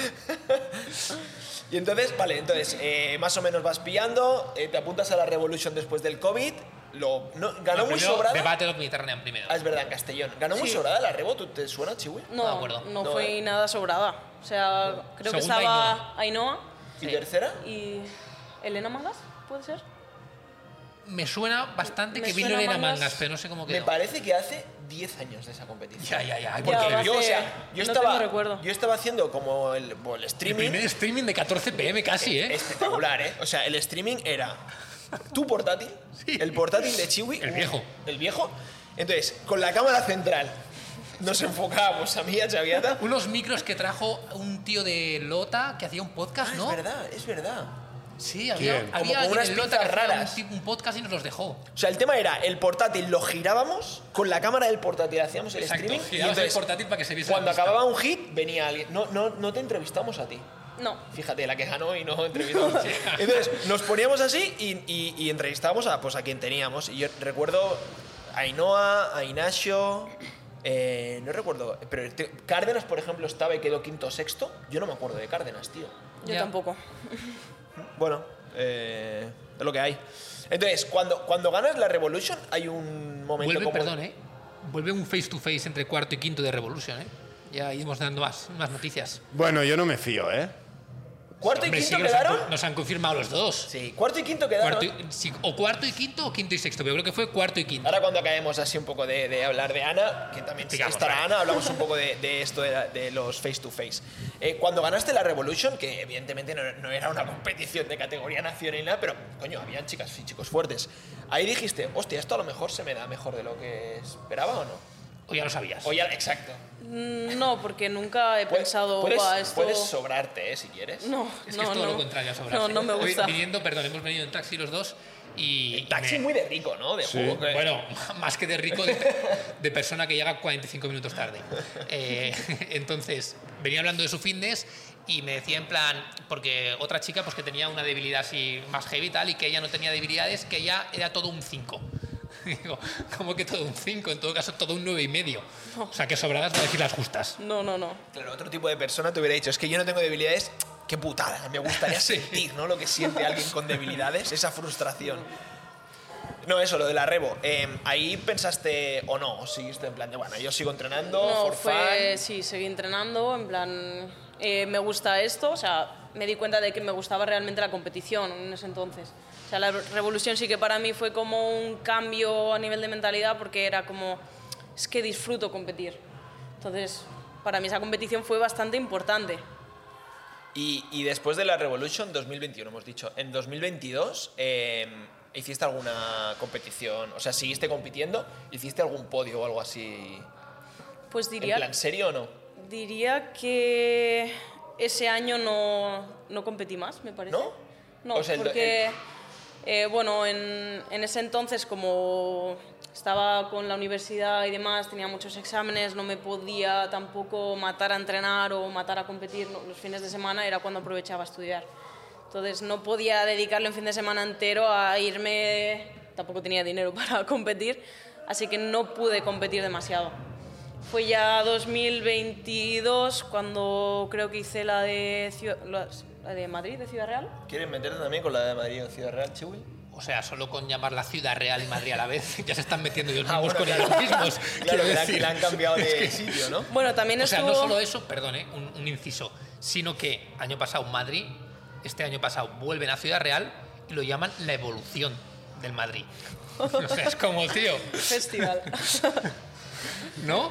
Y entonces, vale, entonces, eh, más o menos vas pillando, eh, te apuntas a la Revolution después del COVID, lo, no, ganó
Lo
muy
primero,
sobrada.
Debate los Mediterránean primero.
Ah, es verdad, en Castellón. Ganó muy
Sí.
sobrada la Rebo, ¿tú te suena, Chiwi?
No me
No,
acuerdo.
no,
No,
fue
eh.
nada sobrada. O sea, creo que
Segunda
estaba Ainhoa
¿Y tercera?
y Elena Magas, ¿puede ser?
Me suena bastante
Me
que vino
suena
Elena
Mangas.
Mangas, pero no sé cómo
Me
quedó.
parece que hace 10 años de esa competición.
Ya, ya, ya.
Ya,
porque
va a
Yo, o
ser-
sea, yo
no
estaba,
tengo recuerdo.
yo estaba haciendo como el, bueno, el
el
streaming.
primer streaming de 14 pm casi, ¿eh?
Espectacular, ¿eh? O sea, el streaming era tu portátil, el portátil de Chiwi.
El viejo.
El viejo. Entonces, con la cámara central nos enfocábamos a mí, a Chaviata.
Unos micros que trajo un tío de Lota que hacía un podcast,
Ah,
¿no?
Es verdad, es verdad.
Sí, había,
¿Quién?
había
Como con
alguien
unas
en Lota que
pinzas
hacía
raras.
Un, tipo- un podcast y nos los dejó.
O sea, el tema era, el portátil lo girábamos, con la cámara del portátil hacíamos el
Exacto,
streaming.
girabas el portátil para que se viese la
Cuando
pista.
acababa un hit, venía alguien. No, no, no te entrevistamos a ti.
No.
Fíjate, la que ganó y no entrevistamos. Entonces, nos poníamos así y, y- y entrevistábamos a, pues, a quien teníamos. Y yo recuerdo a Ainhoa, a Inacio, eh, no recuerdo, pero te- Cárdenas, por ejemplo, estaba y quedó quinto o sexto. Yo no me acuerdo de Cárdenas, tío.
Yo
Ya.
tampoco.
Bueno, eh, es lo que hay. Entonces, cuando, cuando ganas la Revolution, hay un momento
Vuelve,
como...
perdón, ¿eh? Vuelve un face to face entre cuarto y quinto de Revolution, ¿eh? Ya iremos dando más, más noticias.
Bueno, yo no me fío, ¿eh?
¿Cuarto y
Hombre, sí
quinto
que nos han
quedaron?
co- nos han confirmado los dos.
Sí, cuarto y quinto quedaron.
Cuarto y- sí, o cuarto y quinto o quinto y sexto, pero creo que fue cuarto y quinto.
Ahora cuando caemos así un poco de, de hablar de Ana, que también
Digamos,
estará
¿eh?
Ana, hablamos un poco de, de esto de, la- de los face to face. Eh, cuando ganaste la Revolution, que evidentemente no, no era una competición de categoría nacional, nada, pero coño, habían chicas y chicos fuertes. Ahí dijiste, hostia, esto a lo mejor se me da mejor de lo que esperaba o no.
O ya lo sabías.
O ya, exacto.
Mm, No, porque nunca he
Puedes-
pensado,
puedes,
"Buah, esto...
puedes sobrarte, eh, si quieres.
No,
Es que
no,
es todo
no.
lo contrario a sobrarse.
No, no me
Hoy
gusta.
viniendo, perdón, hemos venido en taxi los dos y.
El taxi
y me-
muy de rico, ¿no? De juego. eh, que-
Bueno, más que de rico, de, de persona que llega 45 minutos tarde. Eh, entonces, venía hablando de su fitness y me decía en plan, porque otra chica pues que tenía una debilidad así más heavy y tal, y que ella no tenía debilidades, que ella era todo un 5. Digo, ¿cómo que todo un 5? En todo caso, todo un 9 y medio. O sea, que sobradas para decir las justas.
No, no, no.
Claro, otro tipo de persona te hubiera dicho, es que yo no tengo debilidades, qué putada, me gustaría
Sí.
sentir, ¿no? Lo que siente alguien con debilidades, esa frustración. No, eso, lo de la rebo. Eh, ahí pensaste, o no, o seguiste en plan de, bueno, yo sigo entrenando,
No, pues-
for
fue,
fun.
sí, seguí entrenando, en plan, eh, me gusta esto, o sea, me di cuenta de que me gustaba realmente la competición en ese entonces. O sea, la revolución sí que para mí fue como un cambio a nivel de mentalidad porque era como, es que disfruto competir. Entonces, para mí esa competición fue bastante importante.
Y, y después de la Revolution 2021, hemos dicho, en 2022 eh, hiciste alguna competición, o sea, seguiste compitiendo, hiciste algún podio o algo así.
Pues
¿En
diría,
plan serio o no?
diría que ese año no, no competí más, me parece.
¿No?
No,
O sea, el do-
porque, eh, bueno, en, en ese entonces, como estaba con la universidad y demás, tenía muchos exámenes, no me podía tampoco matar a entrenar o matar a competir. no, los fines de semana era cuando aprovechaba a estudiar. Entonces, no podía dedicarle un fin de semana entero a irme, tampoco tenía dinero para competir, así que no pude competir demasiado. Fue ya 2022 cuando creo que hice la de, Ciu- la- la de Madrid, de Ciudad Real.
¿Quieres meterte también con la de Madrid en Ciudad Real, Chiwi?
O sea, solo con llamar la ciudad real y Madrid a la vez, ya se están metiendo ellos
Ah,
mismos
bueno,
con
claro.
ellos mismos.
Claro,
quiero
que la,
decir.
la han cambiado de sitio, ¿no?
Bueno, también
O sea,
estuvo...
no solo eso, perdón, ¿eh? un, un inciso, sino que año pasado Madrid, este año pasado vuelven a Ciudad Real y lo llaman la evolución del Madrid. O sea, es como, tío,
Festival.
¿no?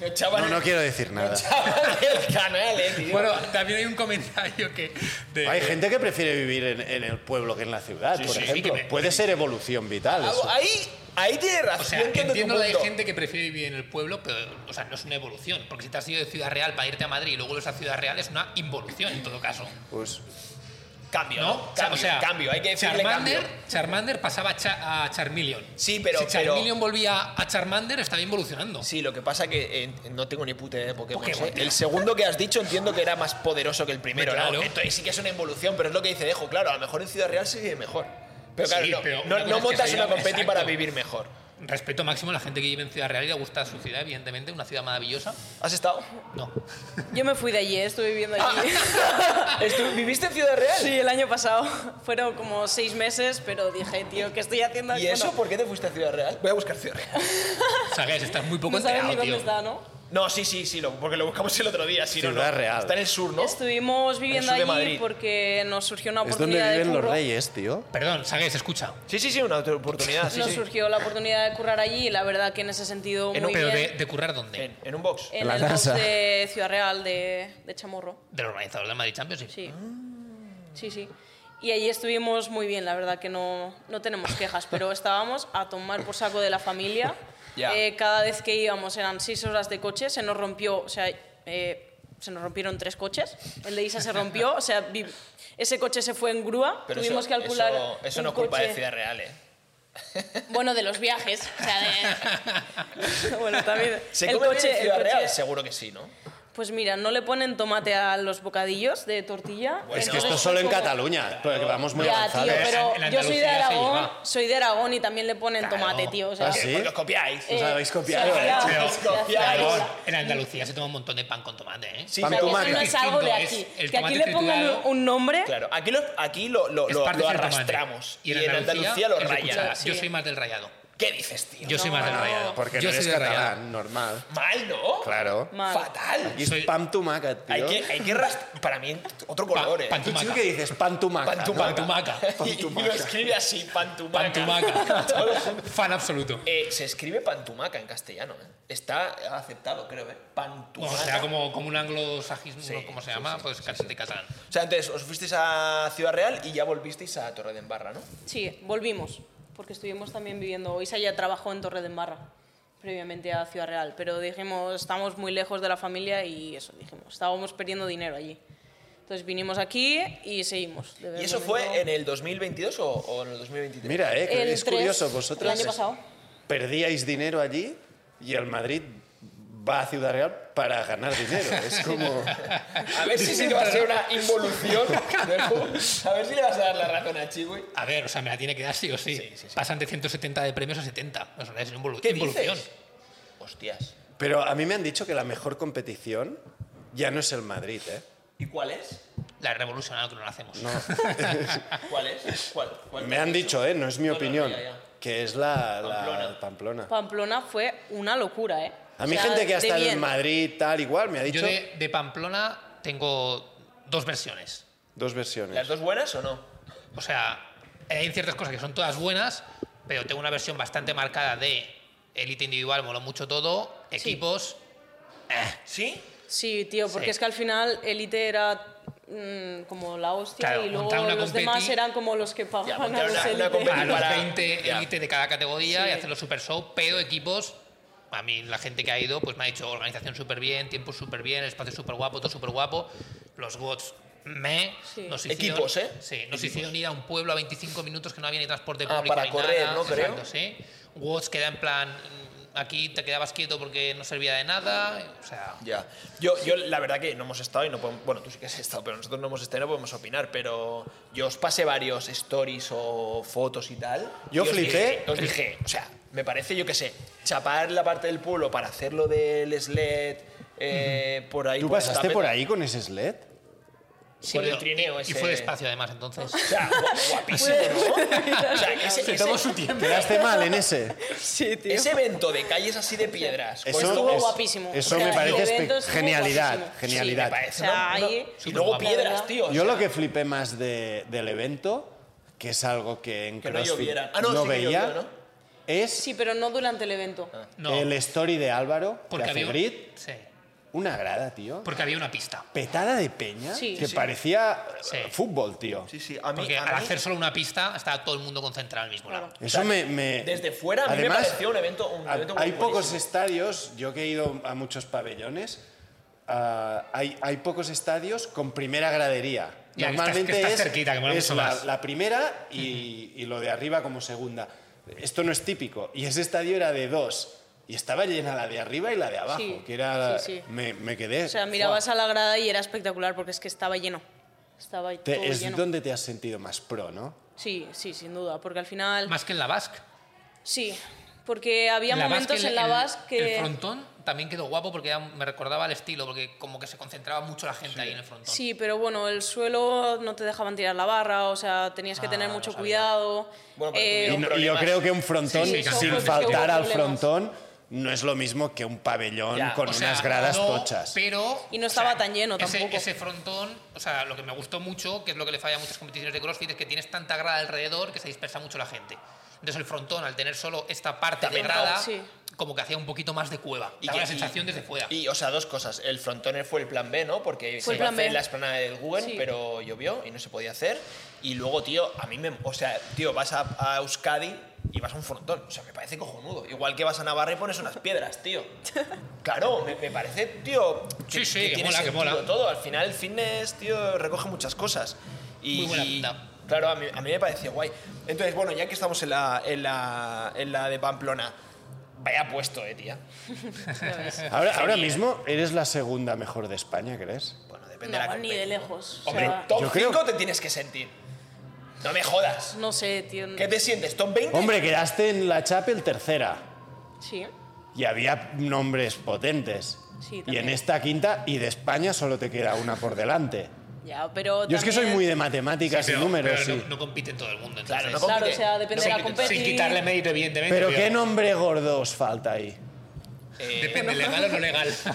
Me echaban,
No, no quiero decir
me
nada.
echaban del canal, eh, tío.
Bueno, también hay un comentario que... de-
Hay gente que prefiere vivir en, en el pueblo que en la ciudad, por
sí,
ejemplo.
que me-
Puede ser evolución vital.
Ah,
eso.
ahí, ahí tiene razón.
pues O sea,
yo entiendo tu
entiendo que hay
punto.
gente que prefiere vivir en el pueblo, pero o sea, no es una evolución, porque si te has ido de Ciudad Real para irte a Madrid y luego vuelves a Ciudad Real es una involución en todo caso.
Pues
Cambio,
¿no?
¿no? Cambio,
o sea,
cambio, hay que decirle
Charmander,
cambio.
Charmander pasaba a, Cha- a Charmeleon.
Sí, pero-
Si
pero-
Charmeleon volvía a Charmander, estaba evolucionando.
Sí, lo que pasa que eh, no tengo ni puta idea de Pokémon.
Pokémon,
¿eh?
tío.
El segundo que has dicho entiendo que era más poderoso que el primero,
Claro.
¿no? Entonces sí que es una involución, pero es lo que dice Dejo, claro, a lo mejor en Ciudad Real sí vive mejor. Pero
Sí,
claro, no,
pero
no-
una cosa
no
es que
montas
se
una
viva-
competi para
exacto.
vivir mejor.
Respeto máximo a la gente que vive en Ciudad Real y le gusta su ciudad, evidentemente, una ciudad maravillosa.
¿Has estado?
No.
Yo me fui de allí, estuve viviendo allí.
Ah.
Estu- ¿Viviste en Ciudad Real?
sí, el año pasado. Fueron como seis meses, pero dije, tío, ¿qué estoy haciendo aquí?
¿Y eso
Bueno,
por qué te fuiste a Ciudad Real? Voy a buscar Ciudad Real.
Sabes, estás muy poco
no sabes ni
enterado,
dónde
tío.
está, ¿no?
No, sí, sí, sí, lo- porque lo buscamos el otro día. Sí, no, no.
Ciudad Real.
Está en el sur, ¿no?
Estuvimos viviendo
sur de
allí
Madrid.
porque nos surgió una
Es donde
oportunidad de
viven los
curro.
reyes, tío.
Perdón, Sagues, escucha.
Sí, sí, sí, una otra
Ah,
oportunidad. sí,
nos
sí.
surgió la oportunidad de currar allí y la verdad que en ese sentido
En
muy
Eh, Pero de,
bien.
de currar dónde?
En, en un box.
en
la
el box
NASA.
de Ciudad Real de, de Chamorro.
Del organizador del Madrid Championship.
Sí. Sí, sí. Y allí estuvimos muy bien, la verdad que no, no tenemos quejas, pero estábamos a tomar por saco de la familia.
Ya.
Eh, cada vez que íbamos eran seis horas de coche, se nos rompió, o sea, eh, se nos rompieron tres coches, el de Isa se rompió, o sea, vi- ese coche se fue en grúa,
Pero
tuvimos
eso,
que calcular...
Eso, eso
un
no es culpa
coche-
de Ciudad Real, ¿eh?
Bueno, de los viajes, o sea, de... bueno, también...
¿Se
el
come bien
coche-
en
el
Ciudad
coche-
Real? Seguro que sí, ¿no?
Pues mira, no le ponen tomate a los bocadillos de tortilla.
Bueno,
Es que esto
entonces
es solo
fue
en
como-
Cataluña, porque vamos muy
Ya, tío,
avanzados.
pero
En- en
yo soy de
Andalucía se
Aragón,
lleva.
soy de Aragón y también le ponen tomate, tío. O sea,
Ah, ¿sí?
Porque os copiáis.
eh,
Os habéis
o
copiado,
sea,
eh,
la-
Pero,
la- la-
perdón,
la-
en Andalucía se toma un montón de pan con tomate, ¿eh?
Sí,
Pan
la-
pero-
la-
tomate.
Eso no es algo de
Distinto,
aquí.
es el
que aquí
tomate
le pongan
triturado.
un, un nombre.
Claro, aquí lo, aquí lo, lo,
Es
lo-
parte
lo
del tomate.
arrastramos.
Y en Andalucía,
lo
es de
rayan.
cuchara. Yo soy más del rayado.
¿Qué dices, tío?
Yo soy más del
No.
rayado.
Porque
yo
no
soy
eres
del rayado.
catalán, normal.
Mal, ¿no?
Claro.
Mal.
Fatal.
Y es
Soy-
pam tumaca, tío.
Hay que, hay que rast- Para mí, otro color, ¿eh?
pan
¿Tú chico
tumaca.
que dices pan tumaca?
Pantumaca.
Pantumaca.
Y, y lo escribe así, pantumaca.
Pantumaca.
Todo junto.
Fan absoluto.
Eh, se escribe pantumaca en castellano, ¿eh? Está aceptado, creo, ¿eh?
Bueno,
Pantumaca.
o sea, como, como un anglosajismo,
Sí,
¿cómo se
sí,
llama?
sí,
pues casi de catalán.
O sea, antes os fuisteis a Ciudad Real y ya volvisteis a Torre de Embarra, ¿no?
Sí, volvimos. Porque estuvimos también viviendo. Isa ya trabajó en Torre de Embarra, previamente a Ciudad Real. Pero dijimos, estamos muy lejos de la familia y eso, dijimos, estábamos perdiendo dinero allí. Entonces vinimos aquí y seguimos.
¿Y eso fue en el 2022 o, o en el 2023?
Mira, eh, que es curioso, vosotros
El año pasado.
perdíais dinero allí y el Madrid va a Ciudad Real para ganar dinero. Es como...
A ver si se te va a hacer una involución. Dejo. A ver si le vas a dar la razón a Chiwi.
A ver, o sea, me la tiene que dar sí o sí.
Sí, sí, sí.
Pasan de 170 de premios a 70. Eso es una involu-
¿Qué
involución.
dices? Hostias.
Pero a mí me han dicho que la mejor competición ya no es el Madrid, ¿eh?
¿Y cuál es?
La he revolucionado que no la hacemos.
No.
¿Cuál es? ¿Cuál? cuál
Me han dicho, ¿eh? No es mi
No, no,
opinión.
ya, ya.
Que es la la
Pamplona.
Pamplona.
Pamplona fue una locura, ¿eh?
A mí
O sea,
gente que ha
de
estado en
bien.
Madrid tal igual me ha
Yo
dicho
de, de Pamplona tengo dos versiones.
dos versiones.
¿Las dos buenas o no?
O sea, hay ciertas cosas que son todas buenas, pero tengo una versión bastante marcada de élite individual, moló mucho todo, equipos. eh.
¿Sí?
Sí, tío, porque
Sí.
es que al final Elite era mm, como la hostia
Claro,
y luego
montar una
los
competi-
demás eran como los que pagaban
montar
a los
una- una
Elite.
competi-
a los
para-
20
ya.
élite de cada categoría y
Sí.
hacer los super show, pero equipos. A mí la gente que ha ido pues me ha dicho organización súper bien, tiempo súper bien, espacio súper guapo, todo súper guapo. Los bots me
Sí.
nos
Equipos, ¿eh?
Sí, nos hicieron ir a un pueblo a 25 minutos que no había ni transporte
Ah,
público
para
ni
correr,
nada.
¿no? Creo.
Exacto, sí. Watts queda en plan mm, aquí te quedabas quieto porque no servía de nada, o sea,
Ya. Yo, yo la verdad que no hemos estado y no podemos, bueno, tú sí que has estado, pero nosotros no hemos estado y no podemos opinar, pero yo os pasé varios stories o fotos y tal.
Yo
y os
flipé.
dije- Os dije, o sea, me parece, yo qué sé, chapar la parte del pueblo para hacer lo del sled eh, por ahí.
¿Tú
por
pasaste
Estapeta.
por ahí con ese sled?
sí,
Con el
pero-
trineo
y,
ese. Ah.
y fue despacio además, entonces.
O sea, gu-
Pues,
guapísimo, ¿no? O sea, ese, ese-
tiempo.
¿Quedaste mal en ese?
Sí, tío.
ese evento de calles así de piedras. pues, con
Eso-
todo-
estuvo guapísimo.
Eso
O sea,
me parece
el evento
espe-
estuvo
genialidad,
guapísimo.
genialidad.
me parece,
O sea,
¿eh? ¿no?
ahí-
Y luego
Superguapo.
piedras, tío. o
Yo
sea,
lo que flipé más de- del evento, que es algo que en
Que no
CrossFit
lloviera. Ah, no, sí que
veía,
llovió, ¿no?
es
Sí, pero no durante el evento.
No,
el story de Álvaro, de
porque había, un-
Acebrit,
sí,
una grada, tío.
porque había una pista.
Petada de peña,
Sí.
que
Sí.
parecía
Sí.
eh, fútbol, tío.
Sí, sí, a mí,
Porque
a
al
mí-
hacer solo una pista estaba todo el mundo concentrado al mismo lado.
Eso me, me-
Desde fuera a mí me
Además,
pareció un evento, un
ha-
evento
hay
buenísimo.
pocos estadios, yo que he ido a muchos pabellones, ah, hay, hay pocos estadios con primera gradería.
Ya, que estás-
Normalmente
que estás
es,
cerquita, que mola
es
mucho
la,
más.
la primera y, y lo de arriba como segunda. Esto no es típico. Y ese estadio era de dos. Y estaba llena la de arriba y la de abajo.
Sí,
que era,
sí, sí.
Me, me quedé.
O sea, mirabas a la grada y era espectacular porque es que estaba lleno. Estaba
Te-
todo
es
lleno.
donde te has sentido más pro, ¿no?
Sí, sí, sin duda, porque al final...
Más que en la Basque.
Sí, porque había
En la
momentos
Basque,
en la
el-
Basque que...
El frontón también quedó guapo porque ya me recordaba el estilo, porque como que se concentraba mucho la gente ahí en el frontón.
Sí, pero bueno, el suelo no te dejaban tirar la barra, o sea, tenías que
Ah,
tener
no
mucho
sabía.
cuidado.
Bueno, pero
eh,
Y, no-
tuvieron-
y yo
problemas.
creo que un frontón,
Sí, sí, sí,
sin
hubo-
faltar
hubo
al
problemas.
frontón, no es lo mismo que un pabellón
Ya,
con
O sea,
unas gradas
no,
tochas.
Pero,
Y no
o sea,
estaba tan lleno
ese-
tampoco.
Ese frontón, o sea, lo que me gustó mucho, que es lo que le falla a muchas competiciones de CrossFit, es que tienes tanta grada alrededor que se dispersa mucho la gente. Entonces el frontón, al tener solo esta parte de
También,
grada,
sí.
como que hacía un poquito más de cueva. Y daba
que-
la sensación desde fuera.
Y, o sea, dos cosas. El frontoner fue el plan B, ¿no? Porque
Fue
se
el
iba a
plan B.
hacer la esplanada del Google,
Sí.
pero llovió y no se podía hacer. Y luego, tío, a mí me. O sea, tío, vas a, a Euskadi y vas a un frontón. O sea, me parece cojonudo. Igual que vas a Navarra y pones unas piedras, tío. Claro, me, me parece, tío.
Sí, sí, que
tiene
mola, que
sentido
mola.
todo. Al final, el fitness, tío, recoge muchas cosas. Y,
Muy buena
y-
pinta.
Claro, a mí, a mí me pareció guay. Entonces, bueno, ya que estamos en la, en la, en la de Pamplona, vaya puesto, eh, tía.
ya ves.
Ahora, ahora
Genial.
mismo eres la segunda mejor de España, ¿crees?
Bueno, depende de la
No, ni de
competición.
lejos. o
Hombre,
sea,
yo
top
creo-
5 te tienes que sentir. No me jodas.
no sé, tío.
¿Qué te sientes? ¿Top 20?
Hombre, quedaste en la Chapel tercera.
Sí.
Y había nombres potentes.
Sí,
y en
también.
esta quinta y de España solo te queda una por delante.
Ya, pero
Yo es que soy
también-
muy de matemáticas
Pero-
y números.
pero
sí.
no, no compite todo el mundo.
Claro,
Entonces.
no
Claro,
compite.
o sea, depende
No
de la
compite.
competición.
Sin quitarle mérito, evidentemente.
Pero qué nombre gordo os falta ahí.
Eh,
Depende, legal o no legal.
No,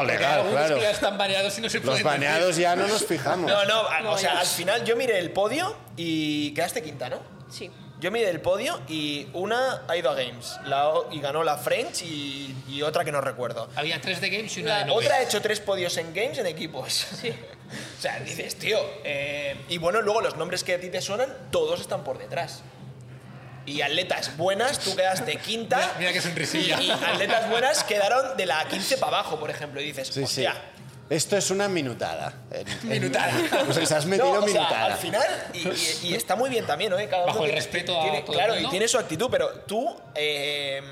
Porque
legal,
algunos
claro.
que ya están baneados y no se
Los
pueden decir.
baneados ya no nos fijamos.
no, no, a-
No,
o sea,
ya.
al final yo miré el podio y quedaste quinta, ¿no?
Sí.
Yo miré el podio y una ha ido a Games la o- y ganó la French y, y otra que no recuerdo.
Había tres de games y una de no
Otra ha
games.
hecho tres podios en Games en equipos.
Sí.
O sea, dices, tío. eh, y bueno, luego los nombres que a ti te suenan, todos están por detrás. Y atletas buenas, tú quedaste quinta.
Mira- mira qué sonrisilla.
Y, y atletas buenas quedaron de la 15 para abajo, por ejemplo. Y dices,
Sí, sí.
hostia.
Esto es una minutada. En- en-
Minutada.
O sea, se has metido
No, o sea,
minutada.
al final, y, y- y está muy bien también, ¿no? Eh, Cada
Bajo
uno
el
tiene-
respeto a
tiene-
todo el
Claro,
mundo.
y tiene su actitud, pero tú, eh,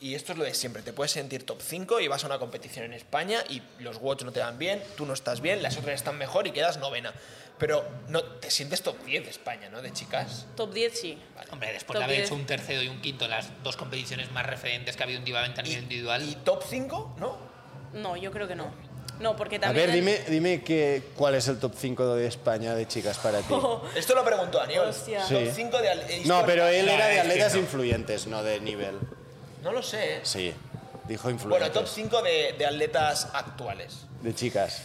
y esto es lo de siempre, te puedes sentir top 5 y vas a una competición en España y los watch no te van bien, tú no estás bien, las otras están mejor y quedas novena. Pero no te sientes top 10 de España, ¿no? De chicas.
Top 10 sí.
Hombre, después
Top
de haber
diez.
hecho un tercero y un quinto en las dos competiciones más referentes que ha habido últimamente a nivel individual,
Y top 5, ¿no?
No, yo creo que no. No, porque
A
también...
ver, dime, dime que, cuál es el top 5 de España de chicas para ti.
Esto lo preguntó Aníbal.
Hostia.
Sí.
Top 5 de al- eh,
No, pero él
No,
era de
es que
atletas
no.
influyentes, no de nivel.
No lo sé. eh.
Sí, dijo
Bueno, top
influyentes.
5 de, de atletas actuales.
De chicas.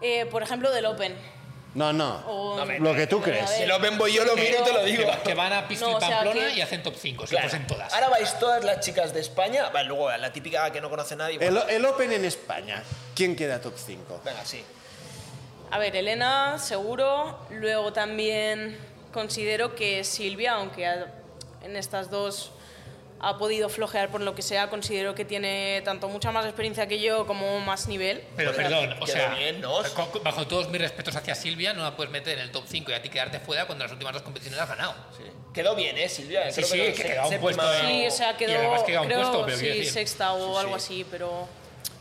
Eh, por ejemplo, del Open.
No, no.
O...
No, me-
Lo que tú
a
crees.
ver.
Si lo vengo yo, lo
que-
miro y te lo digo.
Que, va- que van a Pistol
No, o sea,
Pamplona
que-
y hacen top 5, se
Claro.
posen todas.
Ahora vais todas las chicas de España. Vale, luego la típica que no conoce nadie.
El,
bueno,
el Open en España. ¿Quién queda top 5?
Venga, sí.
A ver, Elena, seguro. Luego también considero que Silvia, aunque ha- en estas dos ha podido flojear por lo que sea, considero que tiene tanto mucha más experiencia que yo como más nivel.
Pero
Oiga,
perdón, o
quedó
sea,
bien, ¿no?
co- co- bajo todos mis respetos hacia Silvia, no la puedes meter en el top 5 y a ti quedarte fuera cuando las últimas dos competiciones has ganado.
Quedó bien, ¿eh, Silvia?
Sí,
Creo
sí,
quedó
que
sé-
quedó un
séptima.
puesto, eh.
Sí, o sea,
Y
quedó,
además queda un
creo,
puesto, pero quiero
sí,
decir.
sexta o algo así, pero...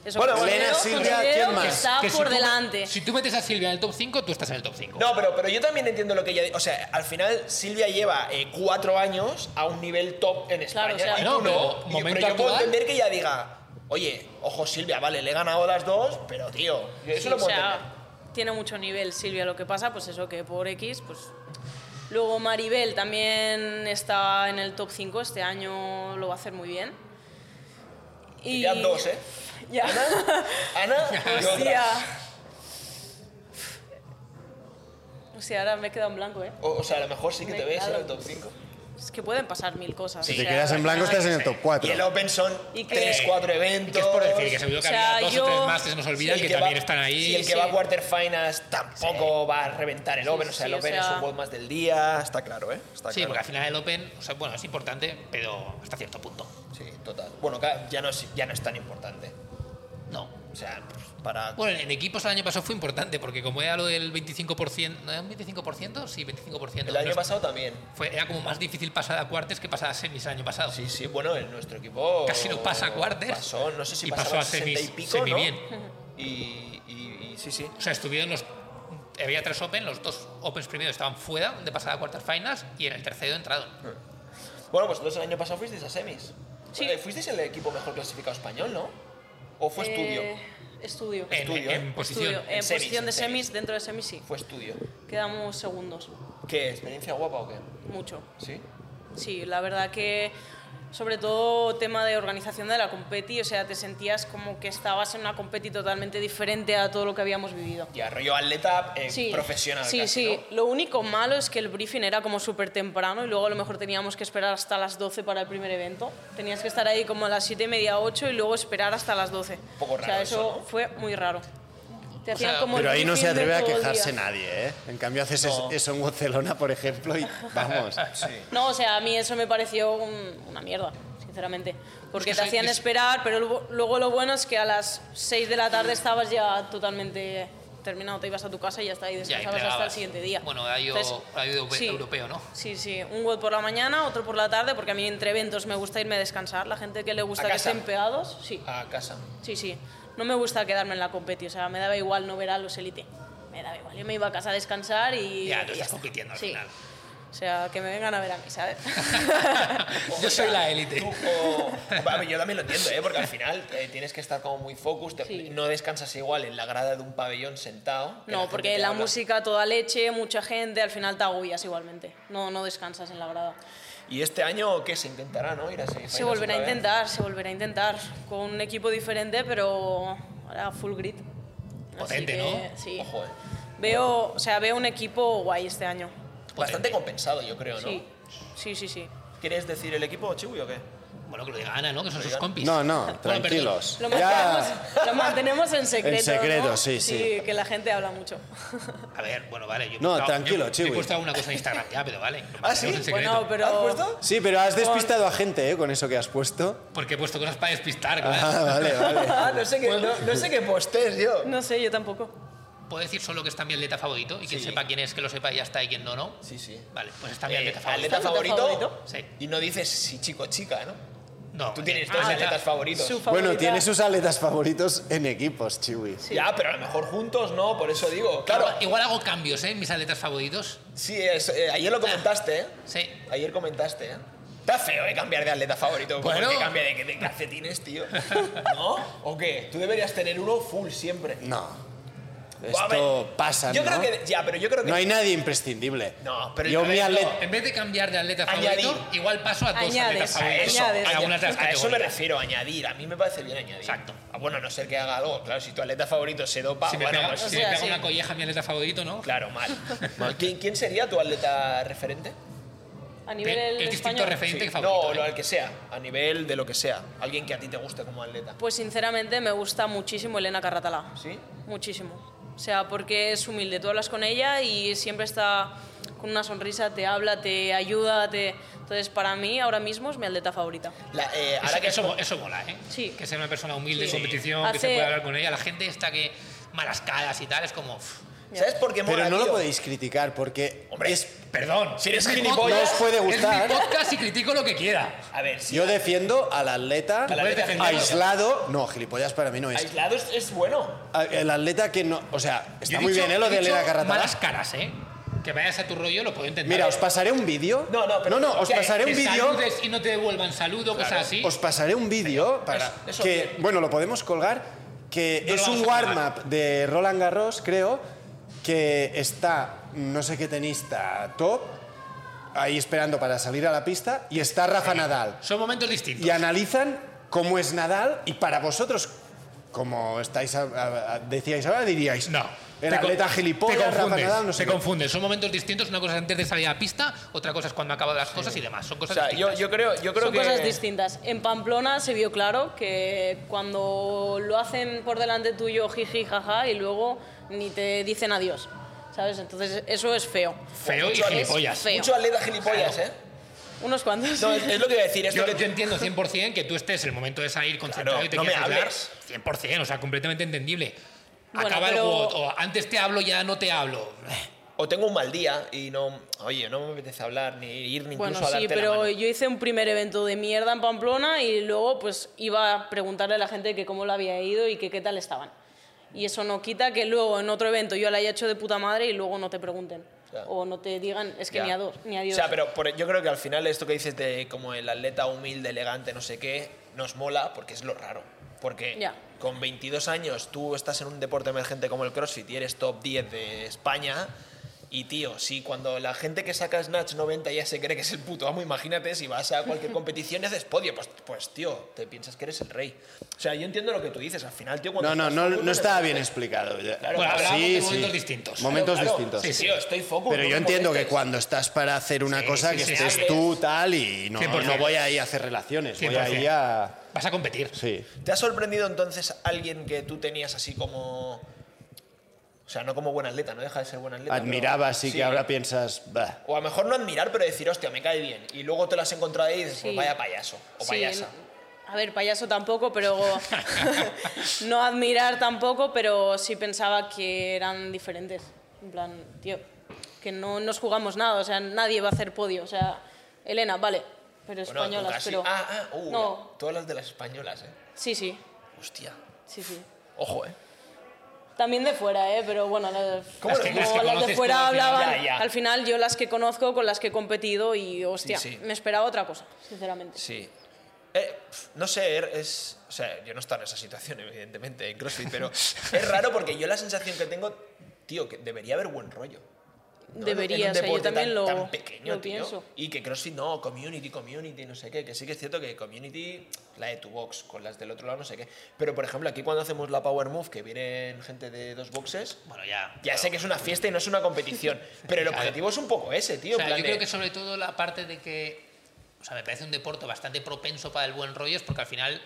Eso
Bueno,
considero-
Elena, Silvia,
considero
¿quién
que
más?
Ah,
está
Que si
por
tú-
delante.
Si tú metes a Silvia en el top 5, tú estás en el top 5.
No, pero, pero yo también entiendo lo que ella dice. O sea, al final Silvia lleva eh, cuatro años a un nivel top en España.
Claro, o sea,
y
No,
tú
pero
no. Y-
momento
pero yo puedo
actual-
entender que ella diga, oye, ojo Silvia, vale, le he ganado las dos, pero tío, yo eso
Sí,
lo
o
puedo
sea,
entender.
tiene mucho nivel Silvia. Lo que pasa, pues eso, que por X, pues... Luego Maribel también está en el top 5. Este año lo va a hacer muy bien.
Y ya dos, ¿eh?
Ya.
Ana y
Hostia.
otra.
Hostia, ahora me he quedado en blanco, ¿eh?
O, o sea, a lo mejor sí que
Me
te ves en
cago.
el top 5.
Es que pueden pasar mil cosas.
Si
o
te
sea,
quedas en blanco, estás en el top
Y
4.
el Open son
Y que-
3, 4
Eh, Y
eventos.
que es por decir que seguro que
O sea,
había dos
yo-
o tres más que se nos olvidan
Sí,
que,
el
también
va-
están ahí.
sí, el que
Sí.
va a quarterfinals tampoco va a reventar el
Sí,
Open. o sea, el
sí, o
Open es
sea-
un world más del día. Está claro, ¿eh? Está
Sí,
claro.
porque al final el Open, o sea, bueno, es importante, pero hasta cierto punto.
Sí, total. Bueno, ca- ya no, es, ya no es tan importante.
No.
O sea, pues, para.
Bueno, en equipos el año pasado fue importante, porque como era lo del 25%, ¿no era un 25%? Sí, 25%.
el año
Los-
pasado también.
fue- era como más difícil pasar a cuartos que pasar a semis el año pasado.
Sí, sí, bueno, en nuestro equipo.
Casi lo pasa a quarters.
Pasó, no sé si
Y
pasaba
pasó a
60 y
semis-
pico,
semi
¿no?
bien.
Y, y- y sí, sí.
O sea, estuvieron los. Había tres Open, los dos Opens primeros estaban fuera de pasada a cuartas finals y en el tercero entraron.
Bueno, pues entonces el año pasado fuisteis a semis.
Sí.
Eh, Fuisteis el equipo mejor clasificado español, ¿no? ¿O fue
Eh,
estudio?
estudio.
En,
Estudio,
en
¿eh?
posición.
Estudio. En,
En semis,
posición de
en semis.
semis, dentro de semis sí.
Fue estudio.
Quedamos segundos.
¿Qué? ¿Experiencia guapa o qué?
Mucho.
¿Sí?
Sí, la verdad que sobre todo tema de organización de la competi, o sea, te sentías como que estabas en una competi totalmente diferente a todo lo que habíamos vivido.
Ya, rollo atleta eh,
Sí,
profesional.
Sí,
casi,
sí.
¿no?
Lo único malo es que el briefing era como súper temprano y luego a lo mejor teníamos que esperar hasta las 12 para el primer evento. Tenías que estar ahí como a las 7 y media, 8 y luego esperar hasta las 12.
poco
O sea,
raro
eso,
eso, ¿no?
fue muy raro. Te
O
hacían
sea,
como el
Pero ahí no se
briefing de
atreve a
todo el
quejarse
día.
nadie, ¿eh? En cambio haces
No.
eso en Barcelona, por ejemplo, y vamos.
Sí.
No, o sea, a mí eso me pareció un- una mierda, sinceramente. Porque
Es que soy-
te hacían
es-
esperar, pero luego- luego lo bueno es que a las 6 de la tarde estabas ya totalmente terminado, te ibas a tu casa y ya está, y
Ya, y
descansabas hasta el
plegabas.
siguiente día.
Bueno, horario,
Entonces,
horario europe-
sí.
europeo, ¿no?
Sí, sí, un web por la mañana, otro por la tarde, porque a mí entre eventos me gusta irme a descansar. La gente que le gusta que
casa?
estén pegados, sí,
Ah.
A casa.
sí, sí. No me gusta quedarme en la competi, o sea, me daba igual no ver a los élite. Me daba igual, yo me iba a casa a descansar y...
Ya,
y
tú estás
está.
compitiendo al
Sí.
final.
O sea, que me vengan a ver a mí, ¿sabes?
Yo soy la élite.
Tú, o- Va, yo también lo entiendo, ¿eh? porque al final eh, tienes que estar como muy focus, te-
Sí.
no descansas igual en la grada de un pabellón sentado. que
No,
gente
porque
te
la
habla.
música toda leche, mucha gente, al final te agullas igualmente. No, no descansas en la grada.
Y este año, ¿qué? Se intentará, ¿no? Ir a
Se volverá a
intentar
intentar, se volverá a intentar. Con un equipo diferente, pero ahora full grit. Así
Potente,
que,
¿no?
Sí.
Ojo, eh.
Veo, o sea, veo un equipo guay este año.
Bastante compensado, yo creo, ¿no?
Sí, sí, sí, sí.
¿Quieres decir el equipo, Chiwi, o qué?
Bueno, que lo diga Ana, ¿no? Que son sus
Oigan.
compis.
No, no,
perdón.
tranquilos.
Lo
Ya.
mantenemos, lo mantenemos en secreto.
secreto,
¿no?
sí, sí.
Sí, que la gente habla mucho.
A ver, bueno, vale. Yo he
No,
puesto-
tranquilo,
yo-
Chiwi.
He puesto alguna cosa en Instagram ya, pero vale. lo
¿Ah, sí?
mantenemos en secreto.
Bueno, pero.
¿Has puesto?
Sí, pero has despistado a gente, ¿eh? Con eso que has puesto.
Porque he puesto cosas para despistar.
Ah, vale, vale.
Ah, no sé qué, no, no sé qué postees yo.
No sé, yo tampoco.
¿Puedo decir solo que está mi atleta favorito? Y quien
Sí.
sepa quién es, que lo sepa y ya está, y quien no, no.
Sí, sí.
Vale, pues está mi
Eh,
atleta favorito.
¿Atleta favorito?
favorito?
Sí.
Y no dices si chico o chica, ¿no?
No.
Tú tienes
eh,
dos
atleta-
atletas favoritos.
Su
Bueno,
favorita-
tiene sus aletas favoritos en equipos, Chiwi.
Sí.
Ya, pero a lo mejor juntos no, por eso digo. Claro,
Igual- Igual hago cambios, ¿eh? en Mis atletas favoritos.
sí, es- eh, ayer lo comentaste, ¿eh?
Sí.
Ayer comentaste, ¿eh? Está feo de cambiar de atleta favorito. porque
Bueno.
cambia de, de calcetines, tío? ¿No? ¿O qué? Tú deberías tener uno full siempre.
No.
Buah, a ver,
Esto pasa,
yo
¿no?
creo que. Ya, pero yo creo que.
No hay nadie imprescindible.
No, pero
Yo
a ver,
mi
no.
atleta...
En vez de cambiar de atleta
Añadir.
favorito, igual paso a dos
Añades,
atletas
A
favoritos.
añades.
en algunas de las
a eso me
categorías.
refiero, añadir. A mí me parece bien añadir.
Exacto.
Ah, bueno, a no ser que haga algo. Claro, si tu atleta favorito se dopa,
Si me
bueno,
pega,
pues,
si
o sea,
me pega
sí.
una colleja mi atleta favorito, ¿no?
claro, mal. ¿Quién, quién sería tu atleta referente?
A
Pe-
nivel
El distinto
español.
referente que
no,
favorito.
o lo
¿eh?
al que sea, a nivel de lo que sea. Alguien que a ti te guste como atleta.
Pues sinceramente me gusta muchísimo Elena Carratalá.
¿Sí?
Muchísimo. O sea, porque es humilde. Tú hablas con ella y siempre está con una sonrisa, te habla, te ayuda. Te... Entonces, para mí, ahora mismo es mi atleta favorita.
La- eh,
Eso-
ahora que
eso, mo- eso mola, ¿eh?
Sí.
Que sea una persona humilde
Sí.
en competición, que se
Hace-
pueda hablar con ella. La gente está que malas caras y tal, es como. "Uf,
¿Sabes por qué mola,
Pero no lo
tío?
podéis criticar porque
Hombre,
es...
Perdón.
Si eres
es mi
gilipollas,
podcast,
no os puede gustar.
Es mi podcast y critico lo que quiera.
A ver, sí.
Yo defiendo al atleta
al
puedes
atleta
defender-
aislado.
aislado. No, gilipollas para mí no es.
Aislado es, es bueno.
A- El atleta que no... O sea,
Yo
está
he
muy
dicho-
bien, ¿eh? Lo
he
de
dicho
Elena
Malas
Carratalá.
caras, ¿eh? Que vayas a tu rollo, lo puedo intentar. ¿eh?
Mira, os pasaré un vídeo.
No, no, pero-
No, no, os
¿Qué?
pasaré
Que
un vídeo...
saludes y no te devuelvan saludo,
Claro.
cosas así.
Os pasaré un vídeo para
eso
que, bueno, lo podemos colgar, que
No lo
es
vamos
un
a colgar.
warm-up de Roland Garros, creo, que está no sé qué tenista top ahí esperando para salir a la pista y está Rafa Nadal.
Son momentos distintos.
Y analizan cómo es Nadal y para vosotros, como estáis a- a- a- decíais ahora, diríais,
No. Te
el
co-
atleta gilipollas,
te
Rafa
confundes,
Nadal, no sé
te
qué.
confundes. Son momentos distintos. Una cosa es antes de salir a la pista, otra cosa es cuando acaban las cosas y demás. Son
O
cosas
sea, yo,
distintas.
yo creo, yo creo
Son
que.
cosas distintas. En Pamplona se vio claro que cuando lo hacen por delante tuyo, jiji, jaja, y luego ni te dicen adiós. ¿Sabes? Entonces, eso es feo.
Feo y
Mucho-
gilipollas.
feo.
Mucho atleta gilipollas, ¿eh?
Unos cuantos.
No, es, es lo que iba a decir. Es lo
Yo,
que-
yo entiendo 100% que tú estés en el momento de salir concentrado
Claro,
y te
no me
quieras hablar.
hables.
100%, o sea, completamente entendible.
Bueno,
Acaba el
pero-
WOT, o antes te hablo, ya no te hablo.
O tengo un mal día y no. Oye, no me apetece hablar ni ir ni incluso
Bueno,
a
sí,
darte la
pero
mano.
yo hice un primer evento de mierda en Pamplona y luego pues iba a preguntarle a la gente que cómo lo había ido y que qué tal estaban. Y eso no quita que luego en otro evento yo la haya hecho de puta madre y luego no te pregunten.
Ya.
O no te digan, es que
Ya.
ni a dos, ni a
O
Dios.
sea, pero por- yo creo que al final esto que dices de como el atleta humilde, elegante, no sé qué, nos mola porque es lo raro. Porque
Ya.
con 22 años tú estás en un deporte emergente como el CrossFit y eres top 10 de España. Y tío, si cuando la gente que saca Snatch 90 ya se cree que es el puto amo, imagínate si vas a cualquier competición y haces podio, pues, pues tío, te piensas que eres el rey. O sea, yo entiendo lo que tú dices, al final, tío, cuando
No, no,
estás
no,
focus
no
en
estaba
el-
bien explicado. ya.
Claro,
Bueno, hablábamos de momentos distintos.
Momentos
Claro, claro.
distintos.
Sí,
sí.
tío, estoy focus.
Pero
no
yo
me
entiendo que
molestes.
cuando estás para hacer una
Sí,
cosa
sí,
que
sí,
estés
sí.
tú tal y no,
100%.
no voy ahí a hacer relaciones, voy
100%.
ahí a...
Vas a competir.
Sí.
¿Te ha sorprendido entonces alguien que tú tenías así como... O sea, no como buen atleta, no deja de ser buen atleta. pero-
Admiraba, así
sí.
que ahora piensas... "Bah".
O a lo mejor no admirar, pero decir, hostia, me cae bien. Y luego te lo has encontrado ahí y dices,
Sí.
pues vaya payaso o
Sí,
payasa.
A ver, payaso tampoco, pero no admirar tampoco, pero sí pensaba que eran diferentes. En plan, tío, que no nos jugamos nada, o sea, nadie va a hacer podio. O sea, Elena, vale,
Bueno,
pero
tú
españolas,
casi-
pero...
Ah, ah, uh,
no,
todas las de las españolas, eh.
sí, sí,
Hostia.
sí, sí.
Ojo, eh.
También de fuera, ¿eh? pero bueno, las-
¿Cómo
como
las que- las que
las de
conoces
fuera
tú al final?
hablaban,
Ya, ya.
al final yo las que conozco, con las que he competido y hostia,
sí.
me esperaba otra cosa, sinceramente.
Sí. Eh, pf, no sé, er- es. O sea, yo no he estado en esa situación, evidentemente, en CrossFit, pero es raro porque yo la sensación que tengo, tío, que debería haber buen rollo. ¿no? En
Debería,
un
o sea, yo
deporte
también
tan-
lo,
tan pequeño,
lo
tío.
pienso.
Y que CrossFit no, community, community, no sé qué. Que sí que es cierto que community, la de tu box, con las del otro lado, no sé qué. Pero por ejemplo, aquí cuando hacemos la Power Move, que vienen gente de dos boxes,
Bueno, ya.
ya sé que es una fiesta y no es una competición. pero el objetivo es un poco ese, tío.
O
en
sea,
plan
yo
de-
creo que sobre todo la parte de que, o sea, me parece un deporte bastante propenso para el buen rollo es porque al final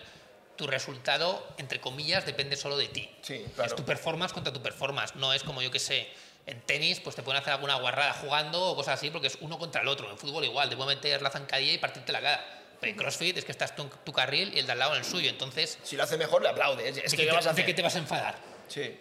tu resultado, entre comillas, depende solo de ti.
Sí, claro.
Es tu performance contra tu performance, no es como yo que sé. En tenis, pues te pueden hacer alguna guarrada jugando o cosas así, porque es uno contra el otro. En fútbol igual, te pueden meter la zancadilla y partirte la cara. Pero en CrossFit es que estás tú en tu carril y el de al lado en el suyo. Entonces,
Si lo hace mejor, le aplaudes. Es
¿de
que
qué
¿qué
te-
vas a
¿de qué
hacer?
te vas a enfadar?
Sí.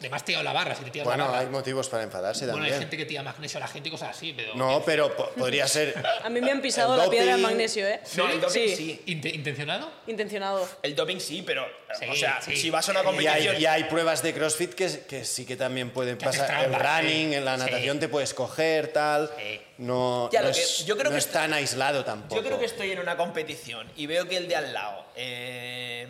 Además, tirado la barra, si te tiras la
Bueno,
barra.
hay motivos para enfadarse
bueno, hay
también.
gente que tira magnesio a la gente y cosas así, pero...
No, pero po- podría ser...
A mí me han pisado
El
la piedra de
doping-
magnesio, ¿eh?
No, el doping sí.
¿Inte- ¿Intencionado?
Intencionado.
El doping sí, pero. o
Sí,
sea,
sí.
si vas a una
Y hay,
competición.
y hay pruebas de CrossFit que, que sí que también pueden
haces
pasar. El
trampa, sí.
running, en la
Sí.
natación te puedes coger, tal.
Sí.
No,
Ya,
no
lo que-
es,
yo
no
creo que
es
esto-
tan aislado tampoco.
Yo creo que estoy en una competición y veo que el de al lado eh,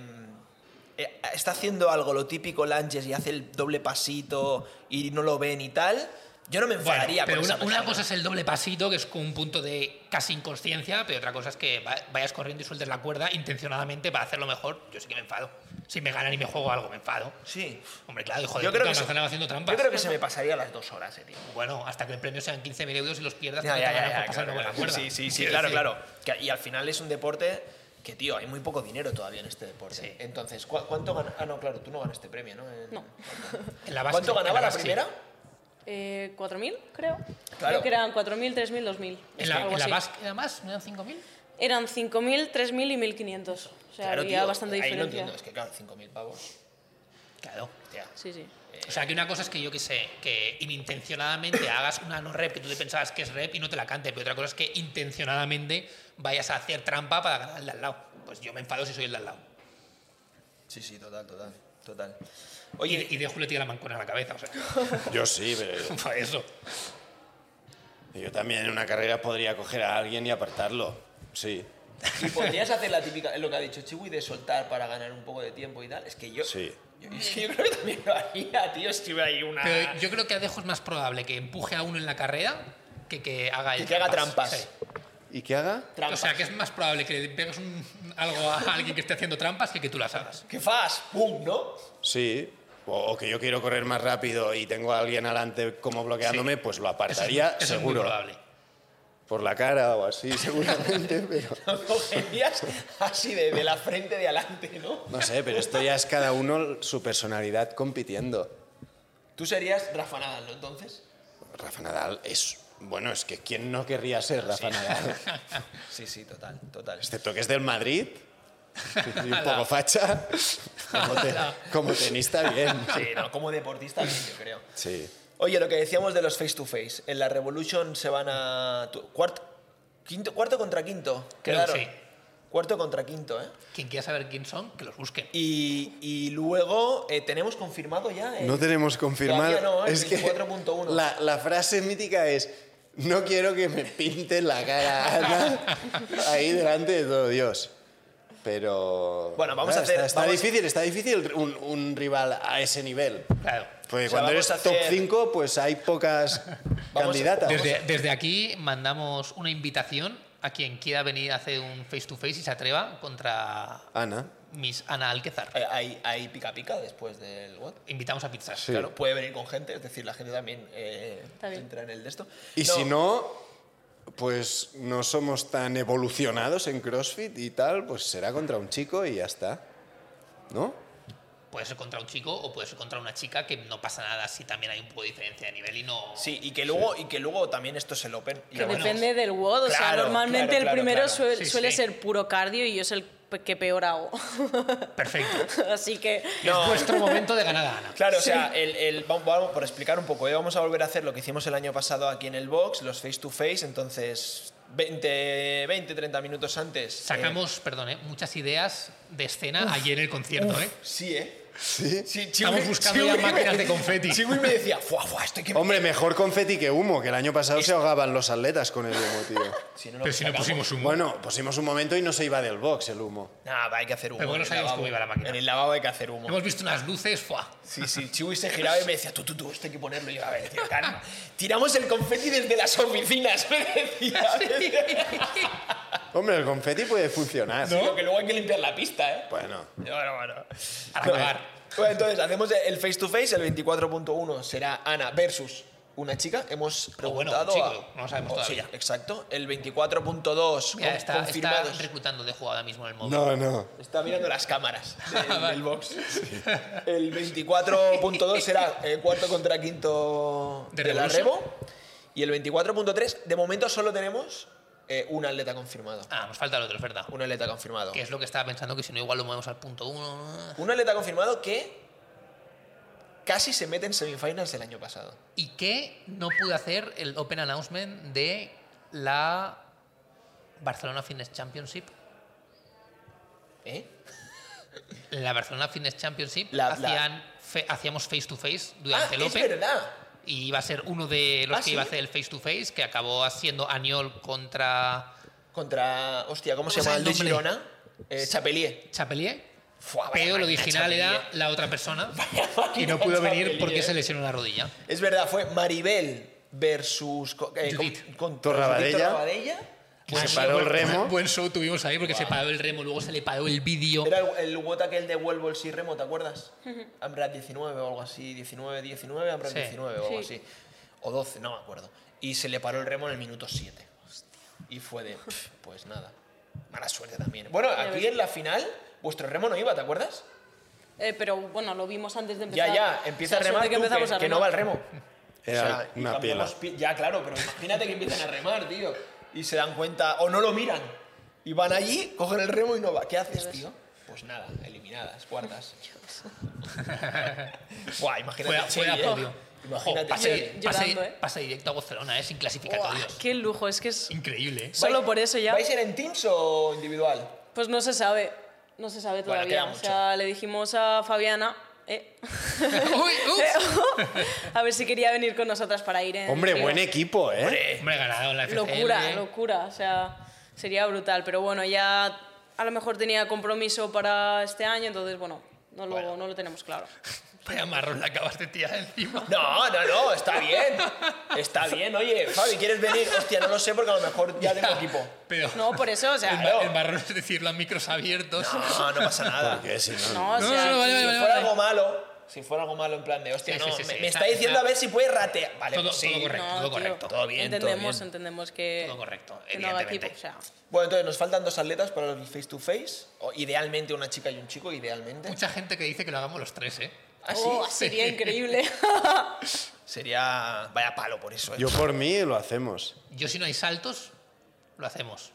eh, está haciendo algo, lo típico Langes, y hace el doble pasito y no lo ven y tal. Yo no me
Bueno,
enfadaría
pero
con
una,
esa
una
persona.
cosa es el doble pasito, que es con un punto de casi inconsciencia, pero otra cosa es que va- vayas corriendo y sueltes la cuerda intencionadamente para hacerlo mejor. Yo sí que me enfado. Si me ganan y me juego algo, me enfado.
Sí.
Hombre, claro, hijo de
Yo
puta,
creo,
me
que se,
están haciendo trampas.
yo creo que se me pasaría las dos horas, eh, tío.
Bueno, hasta que el premio sean 15.000 euros y los pierdas,
Ya,
porque
ya,
te
ya,
ganan
ya,
por pasar
claro,
por la
claro.
cuerda.
Sí, sí, sí,
Quiero
claro,
decir,
claro. Que- Y al final es un deporte que, tío, hay muy poco dinero todavía en este deporte.
Sí.
Entonces, ¿cu- ¿cuánto gana? Ah, no, claro, tú no ganaste premio, ¿no? En-
No.
en la base-
¿Cuánto
en la
ganaba la
base-
primera?
Eh, ¿4.000,
Claro.
creo? Creo que eran 4.000, 3.000, 2.000.
¿En la,
algo
en la
así.
base era más? ¿No eran 5.000?
Eran 5.000, 3.000 y 1.500. O sea, había
tío,
bastante
ahí no
diferencia.
entiendo, es que claro, 5.000 pavos.
Claro.
Hostia.
sí, sí.
O sea, que una cosa es que yo que sé, que inintencionadamente hagas una no rep que tú te pensabas que es rep y no te la cante, pero otra cosa es que intencionadamente vayas a hacer trampa para ganar al de al lado. Pues yo me enfado si soy el de al lado.
Sí, sí, total, total, total.
Y,
Oye,
y dejo le tira la mancona a la cabeza, o sea,
Yo sí, pero...
para eso.
Yo también en una carrera podría coger a alguien y apartarlo. Sí,
y podrías hacer la típica, lo que ha dicho Chiwi, de soltar para ganar un poco de tiempo y tal. Es que yo.
Sí.
yo- es que yo creo que también lo haría, tío, si hubiera ahí una.
Pero yo creo que a Dejo es más probable que empuje a uno en la carrera que que haga el
Que- que haga trampas.
Sí.
¿Y qué haga?
O
Trampas.
sea, que es más probable que le pegues un- algo a alguien que esté haciendo trampas que que tú las hagas.
¿Qué fas? ¡Pum! ¿No?
Sí. O, o que yo quiero correr más rápido y tengo a alguien adelante como bloqueándome, pues lo apartaría
eso es, muy- eso
seguro.
Es muy probable.
por la cara o así, seguramente, pero...
Lo cogerías así de, de la frente de adelante, ¿no?
No sé, pero esto ya es cada uno su personalidad compitiendo.
Tú serías Rafa Nadal, ¿no? Entonces.
Rafa Nadal es Bueno, es que ¿quién no querría ser Rafa Nadal?
Sí, sí, total, total.
Excepto que es del Madrid. Y un poco facha. Como, te- como tenista, bien.
Sí, no, como deportista, sí, yo creo.
Sí.
Oye, lo que decíamos de los face to face. En la Revolution se van a. tu- Cuarto, quinto, cuarto contra quinto.
Creo
Quedaron.
que sí.
Cuarto contra quinto, ¿eh?
Quien quiera saber quién son, que los busquen.
Y, y luego eh, tenemos confirmado ya. eh, el-
No tenemos confirmado.
Todavía no, ¿eh?
es que
24.1.
La, la frase mítica es: No quiero que me pinten la cara Ana ahí delante de todo Dios. Pero.
Bueno, vamos a
nada,
hacer-
Está, está
vamos-
difícil, está difícil un, un rival a ese nivel.
Claro.
Porque
O sea,
cuando
vamos
eres
a
top
hacer-
5, pues hay pocas
Vamos a-
candidatas.
Desde, desde aquí mandamos una invitación a quien quiera venir a hacer un face to face y se atreva contra
Ana.
Miss Ana Alquezar.
Eh, Hay, hay pica pica después del what.
Invitamos a pizzas.
Sí.
Claro, puede venir con gente, es decir, la gente también eh,
Está bien.
entra en el de esto.
Y si no, pues no somos tan evolucionados en CrossFit y tal, pues será contra un chico y ya está. ¿No?
Puede ser contra un chico o puede ser contra una chica que no pasa nada si también hay un poco de diferencia de nivel y no...
Sí, y que luego, y que luego también esto es el Open. Y
Que
bueno,
depende del WOD, o sea,
Claro,
normalmente
claro, claro,
el primero
claro.
suel-
Sí,
suele
sí.
ser puro cardio y yo es el pe- que peor hago.
Perfecto.
Así que
No.
Es vuestro momento de ganar Ana.
Claro, o sea, el, el- vamos, vamos, por explicar un poco, ¿eh? vamos a volver a hacer lo que hicimos el año pasado aquí en el box, los face to face, entonces 20, 20 30 minutos antes. eh,
Sacamos, perdón, eh, muchas ideas de escena ayer en el concierto. eh.
sí, ¿eh?
Sí.
Sí,
Estamos
Chiwi-
buscando
Chiwi
ya
me-
máquinas de confeti.
Chiwi me decía, fuá, fuá, esto hay que...
Hombre, mejor confeti que humo, que el año pasado se ahogaban los atletas con el humo, tío.
Si no lo
Pero si no
sacamos.
pusimos un...
Bueno, pusimos un momento y no se iba del box el humo.
Nah, va, hay que hacer humo.
Pero bueno,
en el
sabíamos
lavabo.
cómo iba la máquina.
En el lavabo hay que hacer humo.
Hemos visto unas luces, ¡fua!
Sí, sí, Chiwi se giraba y me decía, tú, tú, tú, esto hay que ponerlo. Y yo, a ver, tío, calma. Tiramos el confeti desde las oficinas, me decía.
Hombre, el confeti puede funcionar.
Sí, lo que luego hay que limpiar la pista, ¿eh?
Bueno,
Bueno, bueno.
Arrancar.
Bueno, entonces hacemos el face to face, el 24.1 será Ana versus una chica. Hemos
Oh, bueno, un
preguntado
chico,
a-
no lo sabemos
o-
todavía.
sí, exacto. El 24.2
Mira,
con-
está, está
confirmados.
reclutando de jugada mismo en el móvil.
no, no.
Está mirando las cámaras del, del box. El 24.2 será eh, cuarto contra quinto
De
de, la
Revolution.
Rebo. Y el 24.3, de momento solo tenemos eh, un atleta confirmado.
Ah, nos falta el otro, es verdad.
Un atleta confirmado.
Que es lo que estaba pensando, que si no igual lo movemos al punto uno.
Un atleta confirmado que casi se mete en semifinals el año pasado.
Y que no pude hacer el open announcement de la Barcelona Fitness Championship.
¿Eh?
En la Barcelona Fitness Championship
La- la-
hacían fe- hacíamos face to face
Ah,
durante el
es
open.
verdad.
Y iba a ser uno de los
Ah,
que iba a
¿sí?
hacer el face to face, que acabó haciendo Aniol contra
Contra, hostia, ¿cómo se
¿Cómo
llama
es el
el de
nombre?
Girona? Eh, Chapelier.
Chapelier.
Fua, vaya
Pero el
máquina,
original era
Chapelier.
la otra persona y no pudo venir
Chapelier.
porque se lesionó la rodilla.
Es verdad, fue Maribel versus... co- eh, con-
Judith.
con-
Torrabadella.
Judith Torrabadella.
Que se paró el remo.
Buen show tuvimos ahí porque se paró el remo, luego se le paró el vídeo.
Era el, el WOT aquel de Vuelvo el sí remo, ¿te acuerdas? Amrat 19 o algo así, 19, 19, Amrat
Sí.
19 o algo
Sí.
así. O 12, no me acuerdo. Y se le paró el remo en el minuto 7. Y fue de, pf, pues nada, mala suerte también. Bueno, aquí en la final, vuestro remo no iba, ¿te acuerdas?
Eh, pero bueno, lo vimos antes de
Ya,
empezar.
ya, empieza
O sea,
a remar
suerte
tú, que,
empezamos a
que no va
remar.
el remo.
Era
y
una
tampoco
pila.
os pi- Ya, claro, pero imagínate que empiezan a remar, tío. Y se dan cuenta, o no lo miran. Y van allí, cogen el remo y no va. ¿Qué haces, tío? Pues nada, eliminadas, cuartas. Buah, imagínate.
Fue,
el
fue
Cheli, ¿eh?
apodio.
Imagínate.
Jo, pase,
el Cheli.
Llorando,
pase-
¿eh?
pase directo a Barcelona, eh, sin
Buah,
clasificatorios.
qué lujo, es que es...
Increíble. ¿eh?
Solo
¿Vais-
por eso ya.
¿Vais a ir en teams o individual?
Pues no se sabe, no se sabe
Bueno,
todavía.
queda
o sea, le dijimos a Fabiana, eh,
Uy, ups.
a ver si quería venir con nosotras para ir en
Hombre,
frío.
buen equipo, ¿eh?
Hombre, ganado en la FCL.
Locura,
¿eh?
locura, o sea, sería brutal. Pero bueno, ya a lo mejor tenía compromiso para este año, entonces bueno, no lo,
Bueno.
No lo tenemos claro.
Vaya marrón la acabas de tirar encima.
No, no, no, está bien. Está bien, oye, Fabi, ¿quieres venir? Hostia, no lo sé porque a lo mejor ya tengo equipo.
Pero
No, por eso, o
el,
sea,
ma- el marrón es decirlo a micros abiertos.
No, no pasa nada.
Porque si no-
no, o
No,
sea,
no, no, vale,
aquí-
si
vale,
fuera
vale.
algo malo, si fuera algo malo en plan de, hostia,
Sí,
no,
sí, sí,
me,
sí,
me
está-
está, diciendo
está-
a ver si puede ratear. Vale,
Todo-
pues sí.
todo correcto.
no,
todo
tío,
correcto.
Todo bien, todo
entendemos,
bien.
entendemos que
Todo correcto,
que no haga
evidentemente.
equipo, o sea,
Bueno, entonces nos faltan dos atletas para el face to face. O, idealmente una chica y un chico, idealmente.
Mucha gente que dice que lo hagamos los tres, ¿eh?
Ah,
Así,
Oh, sería increíble.
Sería. Vaya palo por eso, ¿eh?
Yo por mí lo hacemos.
Yo si no hay saltos, lo hacemos.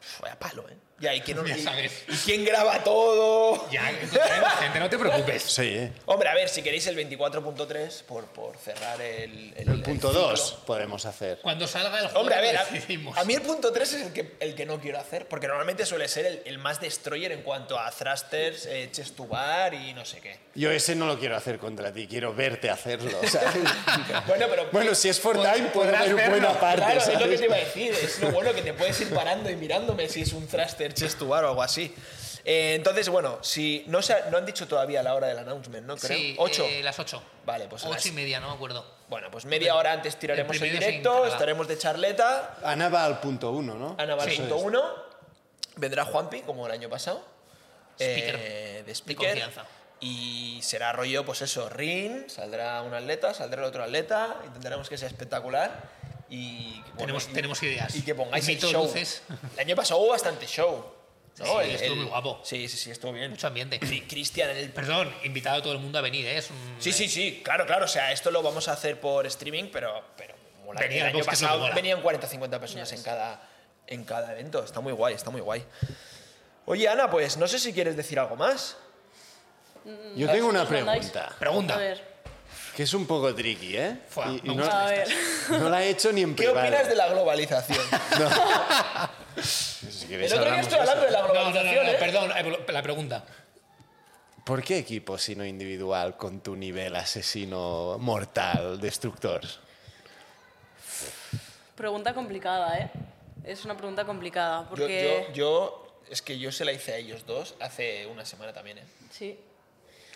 Pf, vaya palo, ¿eh? Y ahí quién
Ya
y-
sabes.
¿Y quién graba todo?
Ya, encontraremos gente, no te preocupes.
Sí, ¿eh?
Hombre, a ver, si queréis el 24.3 por, por cerrar el.
El punto
ciclo.
2 podemos hacer.
Cuando salga el juego
Hombre, a ver,
lo
a,
decidimos.
a mí el punto 3 es el que, el que no quiero hacer, porque normalmente suele ser el, el más destroyer en cuanto a thrusters, eh, chest to bar y no sé qué.
Yo ese no lo quiero hacer contra ti, quiero verte hacerlo. ¿sabes?
Bueno, pero.
bueno, si es for time, puedo
podrás
ver
verlo,
buena parte.
Claro, es lo que
¿sabes?
te iba a decir. Es lo bueno que te puedes ir parando y mirándome si es un thruster chest to bar o algo así. Eh, entonces, bueno, si no, se ha- no han dicho todavía la hora del announcement, ¿no? Creo.
Sí,
¿Ocho?
eh, las 8.
Vale, pues a las-
Ocho y media, no me acuerdo.
Bueno, pues media hora antes tiraremos
El
el,
primero se
directo,
encarga.
estaremos de charleta.
Ana va al punto 1, ¿no?
Ana va al
Sí.
punto uno. Vendrá Juanpi, como el año pasado.
Speaker.
eh, de
De
speaker.
confianza.
Y será rollo, pues eso, ring, saldrá un atleta, saldrá el otro atleta, intentaremos que sea espectacular. Y bueno,
Tenemos-
y-
tenemos ideas.
Y que pongáis el
Mito,
show.
luces.
El año pasado hubo bastante show. ¿no?
Sí,
El-
estuvo
el-
muy guapo.
Sí, sí, sí, estuvo bien.
Mucho ambiente.
Y Cristian en el
Perdón, invitado a todo el mundo a venir, ¿eh? Es un-
Sí, sí, sí, claro, claro. O sea, esto lo vamos a hacer por streaming, pero, pero mola.
Venía
el
el
año
box, que es lo que
pasado
mola.
venían 40 50 personas en cada, en cada evento. Está muy guay, está muy guay. Oye, Ana, pues no sé si quieres decir algo más.
Yo tengo una
¿Nos mandáis?
pregunta,
Pregunta.
A ver.
que es un poco tricky, ¿eh?
Fua,
Y- y
me
no,
gusta
A ver.
no la he hecho ni en
¿Qué
privado.
opinas de la globalización?
Si queréis
El otro día
Pues hablamos
estoy
de eso.
hablando de la
No, no, no,
globalización,
no,
¿eh?
perdón, eh, la pregunta.
¿Por qué equipo sino individual con tu nivel asesino, mortal, destructor?
Pregunta complicada, ¿eh? Es una pregunta complicada,
Yo,
porque...
yo, yo- es que yo se la hice a ellos dos hace una semana también, ¿eh?
Sí.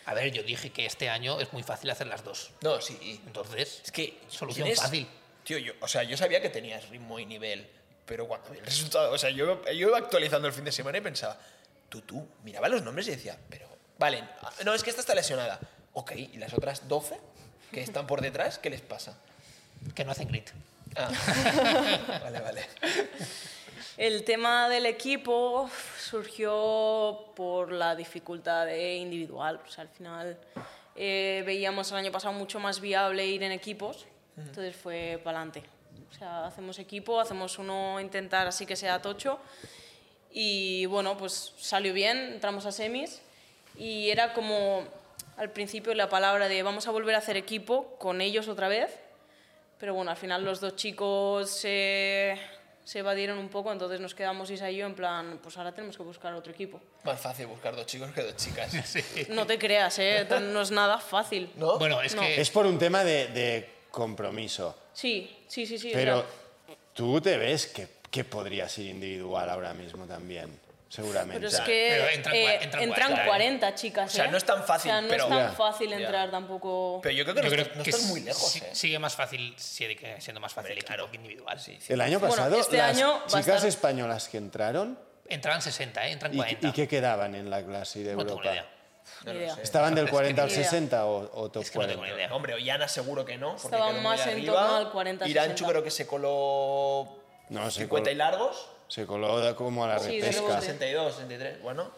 A ver, yo dije que este año es muy fácil hacer las dos.
No, sí. y-
Entonces,
Es que.
solución
tienes-
fácil.
Tío, yo, o sea, yo sabía que tenías ritmo y nivel, pero cuando vi el resultado, o sea, yo, yo iba actualizando el fin de semana y pensaba, tú, tú, miraba los nombres y decía, pero, vale, no, es que esta está lesionada. Ok, ¿y las otras 12 que están por detrás, qué les pasa?
que no hacen grit.
Ah, vale, vale.
El tema del equipo uf, surgió por la dificultad de individual. O sea, al final eh, veíamos el año pasado mucho más viable ir en equipos, entonces fue para adelante. O sea, hacemos equipo, hacemos uno intentar así que sea tocho y bueno, pues salió bien, entramos a semis y era como al principio la palabra de vamos a volver a hacer equipo con ellos otra vez, pero bueno, al final los dos chicos se, se evadieron un poco, entonces nos quedamos Isa y yo en plan, pues ahora tenemos que buscar otro equipo.
Más fácil buscar dos chicos que dos chicas.
No te creas, ¿eh? no es nada fácil.
¿No?
Bueno, es
No.
que
Es por un tema de, de compromiso,
Sí, sí, sí, sí. o
pero
sea,
tú te ves que, que podría ser individual ahora mismo también, seguramente.
pero es que
Pero entran
eh,
cua- entran
entran,
40, ¿eh?
40 chicas.
O sea,
¿eh?
no es tan fácil,
O sea, no
pero-
es tan
Ya.
fácil
Ya.
entrar tampoco.
Pero yo creo que no, estás, no estás
es-
muy lejos,
si-
¿eh?
Sigue más fácil sigue siendo más fácil
Hombre,
equipo
claro.
que individual.
Sí, sí.
El año
Bueno,
pasado,
este
las
año va a
chicas
estar-
españolas que entraron,
Entraban 60, ¿eh? entran
¿y,
40.
y qué quedaban en la clase de
no tengo ni
Europa?
idea.
No lo
Idea.
sé.
¿Estaban del
Es que
40 al
ni idea.
60 o, o top
Es que no tengo
40?
ni idea.
Hombre, Ollana seguro que no. porque
Estaban
quedó muy
más en
arriba.
torno al 40,
Iranchu
60.
creo que se coló
No, se
50 y
coló.
largos.
Se coló de- como a la
Sí, de
repesca.
rebote.
62, 63, bueno.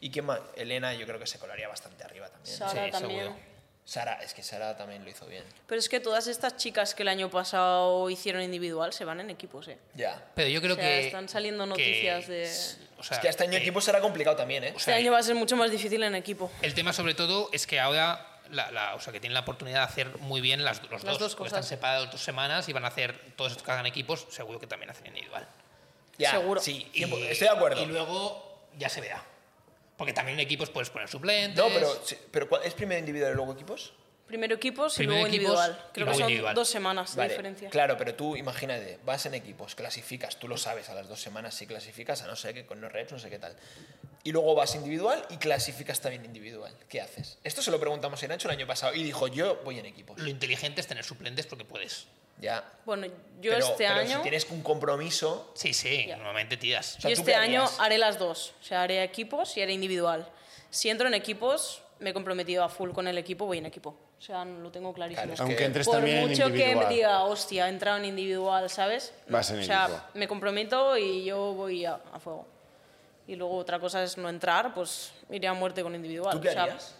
¿Y quién más? Elena yo creo que se colaría bastante arriba también.
Sara
Sí,
también.
seguro.
Sara, es que Sara también lo hizo bien.
Pero es que todas estas chicas que el año pasado hicieron individual se van en equipos, ¿eh?
Ya.
Pero yo creo
O sea,
que.
están saliendo
que-
noticias de-
O sea,
es que hasta en
eh,
equipo será complicado también, ¿eh?
o
Este
sea,
año va a ser mucho más difícil en equipo.
El tema, sobre todo, es que ahora. La, la- o sea, que tienen la oportunidad de hacer muy bien las, los
Las
dos.
dos
porque
cosas.
Están separados dos semanas y van a hacer todos estos que hagan equipos, seguro que también hacen individual.
Ya,
seguro.
Sí,
Y-
tiempo- estoy de acuerdo.
Y luego ya se verá. Porque también en equipos puedes poner suplentes.
No, pero, sí, pero ¿cuál- ¿es primero individual y luego equipos?
Primero equipos
Primero
y luego
equipos
individual.
y
Creo que
luego
son
individual.
dos semanas
Vale,
de diferencia.
Claro, pero tú imagínate, vas en equipos, clasificas, tú lo sabes, a las dos semanas sí clasificas, a no ser que con los reps, no sé qué tal. Y luego vas individual y clasificas también individual. ¿Qué haces? Esto se lo preguntamos a Nacho el año pasado y dijo, yo voy en equipos.
Lo inteligente es tener suplentes porque puedes.
Ya.
Bueno, yo
pero,
este
pero
año.
si tienes un compromiso,
Sí, sí, normalmente tiras.
sea,
yo
¿tú
este
qué
año
harías?
haré las dos. O sea, haré equipos y haré individual. Si entro en equipos, me he comprometido a full con el equipo, voy en equipo. O sea, no lo tengo clarísimo.
Claro, es que-
Aunque entres
Por
también en
mucho que me
individual.
diga, hostia, he entrado en individual, ¿sabes?
Vas en
o sea,
equipo.
me comprometo y yo voy a, a fuego. Y luego otra cosa es no entrar, pues iré a muerte con individual.
¿tú qué
o sea,
harías?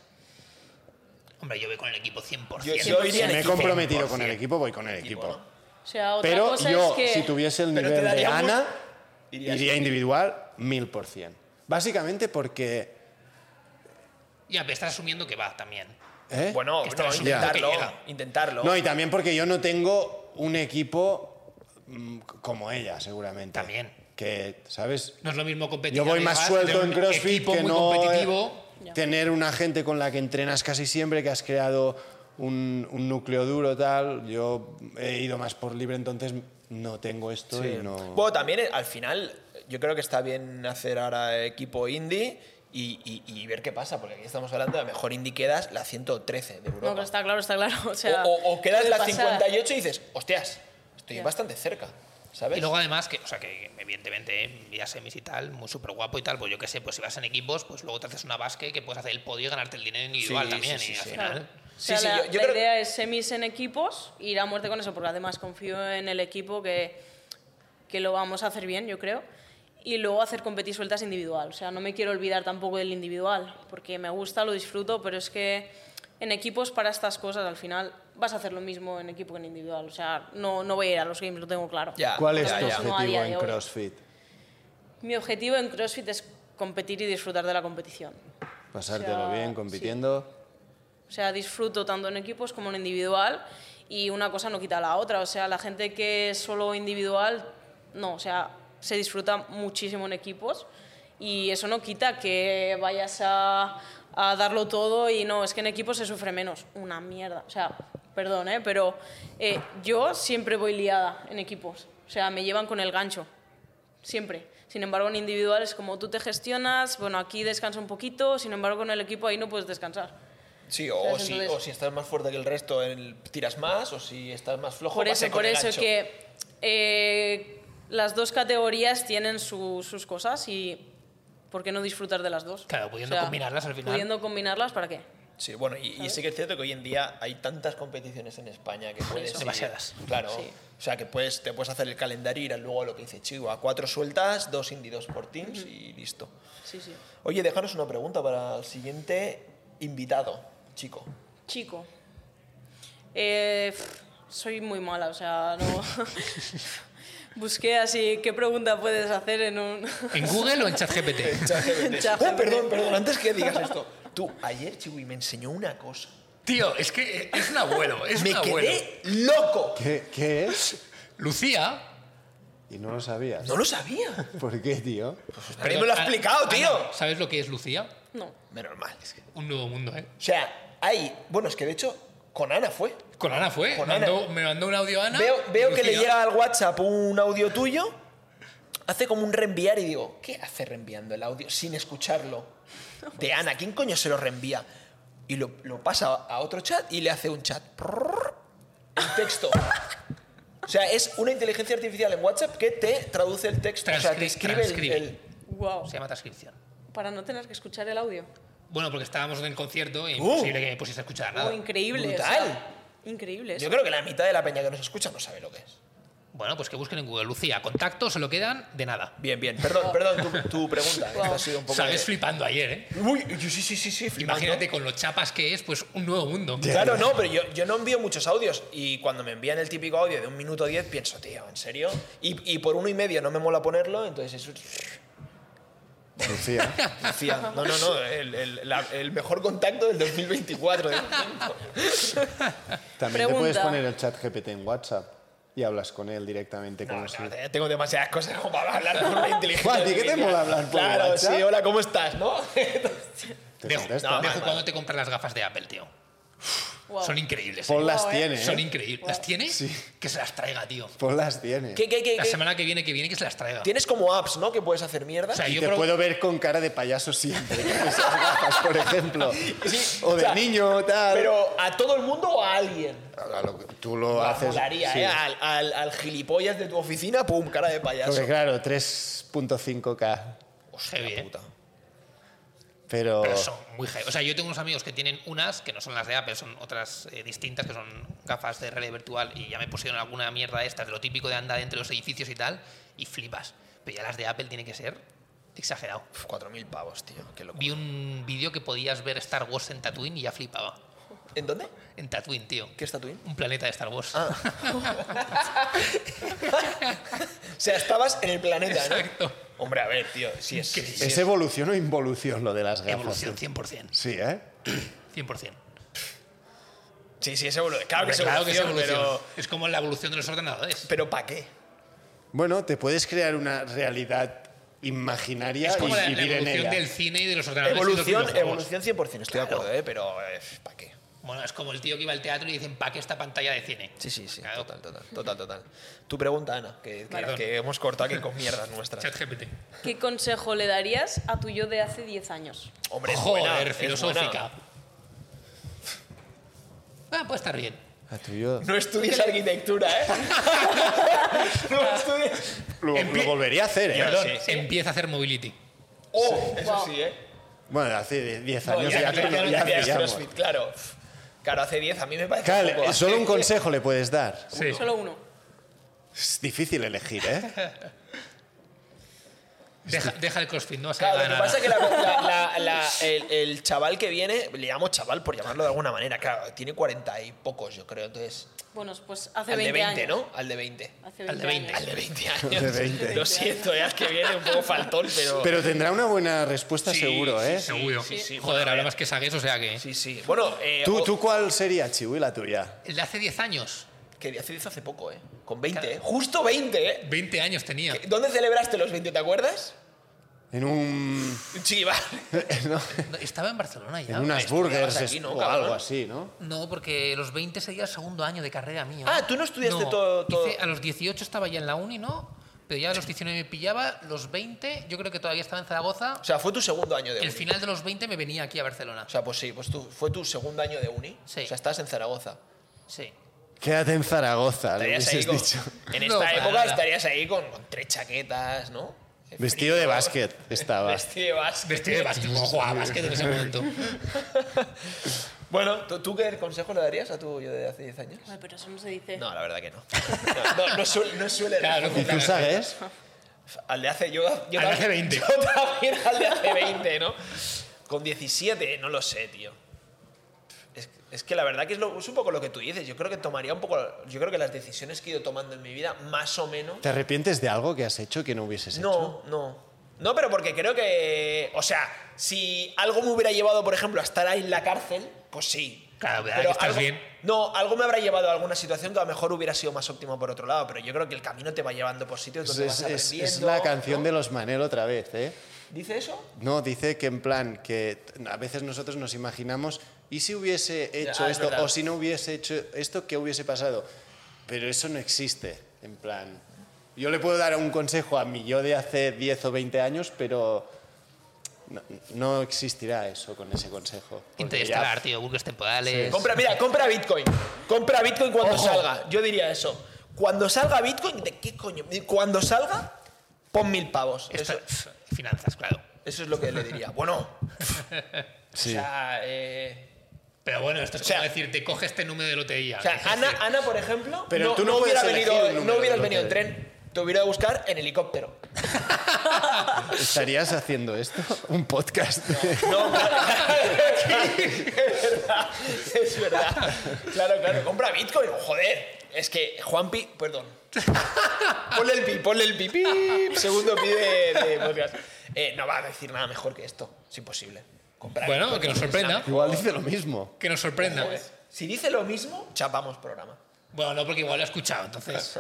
Hombre, yo voy con el equipo 100%.
Yo- yo
Si
iría en
me he
equipo.
comprometido con el
100%.
equipo, voy con el equipo.
O sea, otra
Pero
cosa
yo,
es que...
si tuviese el
Pero te
nivel de
daría mu-
Ana,
Irías.
iría individual 1000%. Básicamente porque...
Ya, pero estás asumiendo que va también.
¿eh?
Bueno,
Que
no,
estarás
intentarlo.
seguro que llega.
Intentarlo.
No, y también porque yo no tengo un equipo mm, c- como ella, seguramente.
También.
Que, ¿sabes?
No es lo mismo competir.
Yo voy
además,
más suelto
de
en
un
CrossFit
equipo
que
muy
no eh,
competitivo.
tener una gente con la que entrenas casi siempre, que has creado un, un núcleo duro tal. Yo he ido más por libre, entonces no tengo esto
Sí.
y no.
Bueno, también eh, al final yo creo que está bien hacer ahora equipo indie y, y- y ver qué pasa, porque aquí estamos hablando de la mejor indie quedas la 113 de Europa.
No, que está claro, está claro. O, sea,
o, o- o quedas
puede
la
pasar.
58 y dices, hostias, estoy
Ya.
bastante cerca, ¿sabes?
Y luego además, que, o sea, que evidentemente ya semis y tal, muy súper guapo y tal, pues yo qué sé, pues si vas en equipos, pues luego te haces una básquet que puedes hacer el podio y ganarte el dinero individual
Sí,
también.
sí, sí,
y al
sí.
final...
O
Sí,
sea,
sí,
la,
yo- yo
la
creo-
idea es semis en equipos, ir a muerte con eso, porque además confío en el equipo que, que lo vamos a hacer bien, yo creo. Y luego hacer competir sueltas individual. O sea, no me quiero olvidar tampoco del individual, porque me gusta, lo disfruto, pero es que en equipos para estas cosas al final vas a hacer lo mismo en equipo que en individual. O sea, no, no voy a ir a los games, lo tengo claro.
Ya,
¿Cuál es
ya,
tu
ya.
No, a día
objetivo
de
en
hoy.
CrossFit?
Mi objetivo en CrossFit es competir y disfrutar de la competición.
Pasártelo
O sea,
bien,
sí.
compitiendo.
O sea, disfruto tanto en equipos como en individual y una cosa no quita la otra. O sea, la gente que es solo individual, no, o sea, se disfruta muchísimo en equipos y eso no quita que vayas a, a darlo todo y no, es que en equipos se sufre menos. Una mierda. O sea, perdón, ¿eh? pero eh, yo siempre voy liada en equipos. O sea, me llevan con el gancho siempre. Sin embargo, en individual es como tú te gestionas, bueno, aquí descansa un poquito, sin embargo, con el equipo ahí no puedes descansar.
Sí, o,
¿Sabes?
si,
Entonces-
o si estás más fuerte que el resto, el- tiras más, o si estás más flojo,
Por
vas a
eso,
con
por
el
eso
gancho.
que eh, las dos categorías tienen su- sus cosas y ¿por qué no disfrutar de las dos?
Claro, pudiendo combinarlas al final.
Pudiendo combinarlas, ¿para qué?
Sí, bueno, y, y sí que es cierto que hoy en día hay tantas competiciones en España que puedes.
eso.
ir-
Demasiadas.
Claro.
Sí.
O sea, que puedes, te puedes hacer el calendario y ir luego a lo que dice Chivo, a cuatro sueltas, dos indie, dos por teams y listo.
Sí, sí.
Oye, déjanos una pregunta para el siguiente invitado, chico.
Chico. Eh, pff, soy muy mala, o sea, no... Busqué así, ¿qué pregunta puedes hacer en un...?
¿En Google o en ChatGPT?
Oh, perdón, perdón, antes que digas esto. Tú, ayer Chiwi me enseñó una cosa.
Tío, es que eh, es un abuelo, es
me
un abuelo.
quedé loco.
¿Qué, qué es?
Lucía.
Y no lo sabías.
No lo sabía.
Pues
¿Por qué, tío?
Nadie me lo ha
Ah,
explicado,
ah,
tío.
no, ¿Sabes lo que es Lucía?
No.
Menos mal. es que-
Un nuevo mundo, ¿eh?
O sea, hay. Bueno, es que de hecho, con Ana fue.
Con Ana fue.
Con
mandó-
Ana.
Me mandó un audio a Ana.
Veo, veo que
Lucía.
le llega al WhatsApp un audio tuyo, hace como un reenviar y digo, ¿qué hace reenviando el audio sin escucharlo? De Ana, ¿quién coño se lo reenvía? Y lo, lo pasa a otro chat y le hace un chat. Prrrr, Un texto. O sea, es una inteligencia artificial en WhatsApp que te traduce el texto. o sea, te
Transcri-
escribe el-
transcribe.
el-
Wow.
Se llama transcripción.
Para no tener que escuchar el audio.
Bueno, porque estábamos en el concierto y
Uh.
imposible que me pusiese a escuchar nada.
Oh, increíble. o sea,
brutal.
increíble. eso.
Yo creo que la mitad de la peña que nos escucha no sabe lo que es.
Bueno, pues que busquen en Google. Lucía, contacto, se lo quedan de nada.
Bien, bien. Perdón, perdón, tu, tu pregunta. Esta ha sido un poco.
Sabes
de-
flipando ayer, ¿eh?
Uy, sí, sí, sí, sí. flipando.
Imagínate con los chapas que es, pues un nuevo mundo.
Claro, no, pero yo, yo no envío muchos audios y cuando me envían el típico audio de un minuto diez pienso, tío, ¿en serio? Y, y por uno y medio no me mola ponerlo, entonces eso es...
Lucía.
Decía, no, no, no, el, el- la- el mejor contacto del 2024. de momento.
También
Pregunta.
te puedes poner el chat GPT en WhatsApp y hablas con él directamente.
No,
con
no,
los-
te- tengo demasiadas cosas como para hablar con una inteligencia
Guau, ¿y qué te
artificial.
mola hablar por
Claro,
WhatsApp?
sí, hola, ¿cómo estás? ¿No?
te
Dejo,
contesta.
no,
Dejo
vale.
cuando te compras las gafas de Apple, tío.
Wow.
Son increíbles.
Paul
¿eh?
las
Guau, eh.
tiene, ¿eh?
Son increíbles. ¿Las tiene?
Sí.
Que se las traiga, tío.
Paul las tiene.
¿Qué, qué, qué,
La
qué?
semana que viene, que viene, que se las traiga.
Tienes como apps, ¿no? Que puedes hacer mierda.
O sea,
Y
yo
te
pro-
puedo ver con cara de payaso siempre. con esas gafas, por ejemplo. o de
sea,
niño, tal.
pero a todo el mundo o a alguien.
A lo que tú lo
Ah,
haces.
molaría,
sí.
¿eh? Al, al- al gilipollas de tu oficina, pum, cara de payaso.
Porque claro, 3.5K.
Hostia puta.
Qué puta. Oh.
Pero,
Pues, eh. Pero son muy heavy. O sea, yo tengo unos amigos que tienen unas que no son las de Apple, son otras eh, distintas, que son gafas de realidad virtual y ya me pusieron alguna mierda de estas, de lo típico de andar entre los edificios y tal, y flipas. Pero ya las de Apple tienen que ser exagerado.
Uf, 4.000 pavos, tío. Qué locura.
Vi un vídeo que podías ver Star Wars en Tatooine y ya flipaba.
¿En dónde?
En Tatooine, tío.
¿Qué es Tatooine?
Un planeta de Star Wars.
Ah, O sea, estabas en el planeta, ¿no?
Exacto.
Hombre, a ver, tío, si es...
Increíble.
si
¿Es
es-
evolución o involución lo de las gafas?
Evolución 100%.
Sí, ¿eh?
100%.
Sí, sí, es evolución. Claro que
Hombre,
es evolución, pero...
Es como la evolución de los ordenadores.
¿Pero para qué?
Bueno, te puedes crear una realidad imaginaria
es como
y
la, la
vivir en
evolución
ella.
del cine y de los ordenadores. y los
Evolución,
videojuegos.
evolución 100%, estoy de acuerdo, ¿eh? Pero, ¿para qué?
Bueno, es como el tío que iba al teatro y dice, empaque esta pantalla de cine.
Sí, sí, sí.
Claro.
Total, total, total, total. Tu pregunta, Ana, que, que-
Vale.
que hemos cortado aquí con mierdas nuestras.
ChatGPT.
¿Qué consejo le darías a tu yo de hace 10 años?
Hombre, es
Joder,
buena, es
filosófica.
buena.
Ah, puede estar bien.
A tu yo.
No estudies arquitectura, ¿eh? no estudies...
Lo,
En
lo
pie-
volvería a hacer, ¿eh?
Ya.
Perdón,
sí, sí.
empieza a hacer mobility.
Oh, eso
Wow.
sí, ¿eh?
Bueno, hace 10
No,
años
ya,
ya,
ya,
te lo-
no
ya
hacías
pillamos.
CrossFit, claro. Claro, hace 10 a mí me parece
Claro,
un poco-
solo un consejo le puedes dar.
Sí.
Solo uno.
Es difícil elegir, ¿eh?
Deja, deja el crossfit, no vas a
Claro, lo
llegar
que
a nada.
pasa es que la- la- la- la- el, el chaval que viene, le llamo chaval por llamarlo de alguna manera, claro, tiene 40 y pocos, yo creo, entonces...
Bueno, pues hace
al
20,
de 20,
años.
¿no? Al de 20.
Hace
Al de 20.
20, años.
Al de 20 años.
de 20.
Lo siento, ya es que viene un poco faltón, pero...
Pero tendrá una buena respuesta
Sí,
seguro,
sí,
¿eh?
sí.
Seguro.
sí.
Joder,
Bueno,
habla
eh.
más que sagues, o sea que...
Sí, sí. Bueno, eh,
¿Tú,
o-
¿Tú cuál sería, Chiwi, la tuya?
El de hace 10 años.
que hace hace poco, ¿eh? Con 20, ¿eh? Justo 20, ¿eh?
20 años tenía.
¿Dónde celebraste los 20, te acuerdas?
En un...
Sí, vale.
¿no?
No, Estaba en Barcelona ya.
En unas
estudiabas
burgers
aquí,
est-
¿no,
o
cabrón?
algo así, ¿no?
No, porque los 20 sería el segundo año de carrera mía.
Ah, ¿tú no estudiaste todo- todo?
hice- a los 18 estaba ya en la uni, ¿no? Pero ya a los 19 me pillaba. Los 20, yo creo que todavía estaba en Zaragoza.
O sea, fue tu segundo año de uni.
El final de los 20 me venía aquí a Barcelona.
O sea, pues sí, pues tú, fue tu segundo año de uni.
Sí.
O sea, estás en Zaragoza.
Sí.
Quédate en Zaragoza, le
Estarías ahí
hubieses
con,
dicho.
En
No,
esta
para
época
nada.
estarías ahí con, con tres chaquetas, ¿no? El
Vestido
frío.
de básquet estaba.
Vestido de básquet.
Vestido de básquet, como jugaba a básquet en ese momento.
Bueno, ¿tú, tú qué consejo le darías a tu yo de hace 10 años?
Ay, pero eso no se dice.
No, la verdad que no. No, no, no suele, no suele
Claro,
¿Y tú sabes?
Al de hace yo. yo
Al de
tam-
hace 20.
Yo también al de hace 20, ¿no? Con 17, no lo sé, tío. Es, es que la verdad que es, lo- es un poco lo que tú dices. Yo creo que tomaría un poco. Yo creo que las decisiones que he ido tomando en mi vida, más o menos.
¿Te arrepientes de algo que has hecho que no hubieses hecho?
No, no. No, pero porque creo que. O sea, si algo me hubiera llevado, por ejemplo, a estar ahí en la cárcel, pues sí.
Claro, ¿verdad? Que estás
algo-
bien.
No, algo me habrá llevado a alguna situación que a lo mejor hubiera sido más óptima por otro lado, pero yo creo que el camino te va llevando por sitios
Es,
donde
es-
pues vas
es-
aprendiendo.
es la canción
¿no?
de los Manel otra vez, ¿eh?
¿Dice eso?
No, dice que en plan, que a veces nosotros nos imaginamos, ¿y si hubiese hecho
Ah, es
esto?
verdad.
O si no hubiese hecho esto, ¿qué hubiese pasado? Pero eso no existe, en plan. Yo le puedo dar un consejo a mi yo de hace 10 o 20 años, pero no, no existirá eso con ese consejo. porque ya-
Interestelar, tío, buques temporales.
Compra, mira, compra Bitcoin. Compra Bitcoin cuando
Ojo.
salga. Yo diría eso. Cuando salga Bitcoin, ¿de qué coño? Cuando salga, pon mil pavos.
Esto-
Eso,
pf, finanzas, claro.
eso es lo que le diría. Bueno,
Sí.
o sea, eh,
Pero bueno, esto es
O sea-
como decir, te coge este número de lotería.
O sea,
Es
Ana,
decir,
Ana, por ejemplo,
Pero
no,
tú no
no hubiera
puedes elegir
venido,
un número
no hubieras
de
venido en
lotería.
tren. Te hubiera a buscar en helicóptero.
¿Estarías haciendo esto? ¿Un podcast?
No, claro, es verdad, es verdad. Claro, claro, compra Bitcoin, joder. Es que Juanpi, perdón. Ponle el pi, ponle el pi, pi, segundo pi de, de podcast. Eh, no va a decir nada mejor que esto, es imposible. Comprar
Bueno,
Bitcoin
que nos
es la
sorprenda.
Igual dice lo mismo.
Que nos sorprenda.
mejor. Si dice lo mismo, chapamos programa.
Bueno, no, porque igual lo he escuchado, entonces.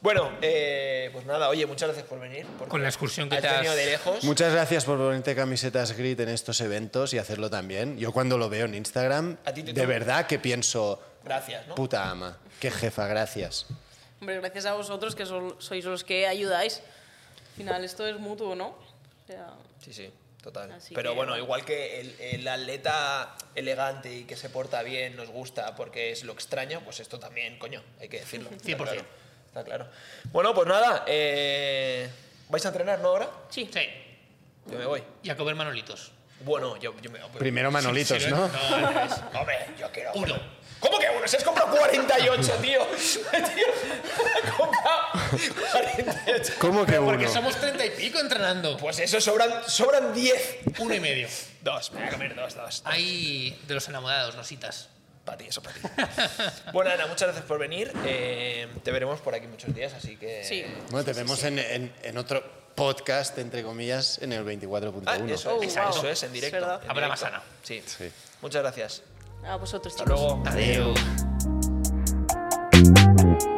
Bueno, eh, pues nada, oye, muchas gracias por venir. porque
Con la excursión que
has
te has-
venido de lejos.
Muchas gracias por ponerte camisetas grit en estos eventos y hacerlo también. Yo cuando lo veo en Instagram,
A ti te
de
toca.
verdad que pienso,
Gracias, ¿no?
puta ama, qué jefa, gracias.
Pues,
Hombre, gracias a vosotros que sol- sois los que ayudáis. Al final esto es mutuo, ¿no? O sea,
Sí, sí, total.
Así
Pero
que-
bueno, igual que el, el atleta elegante y que se porta bien nos gusta porque es lo extraño, pues esto también, coño, hay que decirlo. Está
100%.
claro, Está claro. Bueno, pues nada, eh, ¿vais a entrenar, no ahora?
sí.
Sí.
Yo me voy.
Y a comer manolitos.
Bueno, yo, yo me voy.
Primero Manolitos,
Sí,
¿no?
al revés.
Hombre, yo quiero.
Uno.
¿Cómo que uno? Se has comprado 48, tío. tío, he comprado 48.
¿Cómo que
Porque
uno?
somos 30 y pico entrenando.
Pues eso, sobran, sobran 10.
Uno y medio.
Dos, me voy a comer dos, dos.
Hay de los enamorados, nositas.
Para ti, eso para ti. bueno, Ana, muchas gracias por venir. Eh, te veremos por aquí muchos días, así que.
Sí.
Bueno, te vemos en, en- en otro podcast, entre comillas, en el 24.1.
Ah, eso, es,
Oh,
exacto,
wow.
eso es, en
Es
directo.
verdad.
en
Habrá más
directo.
Ana.
Sí.
Sí.
Muchas gracias.
A vosotros,
Hasta
chicos.
luego.
Adiós.
Adiós.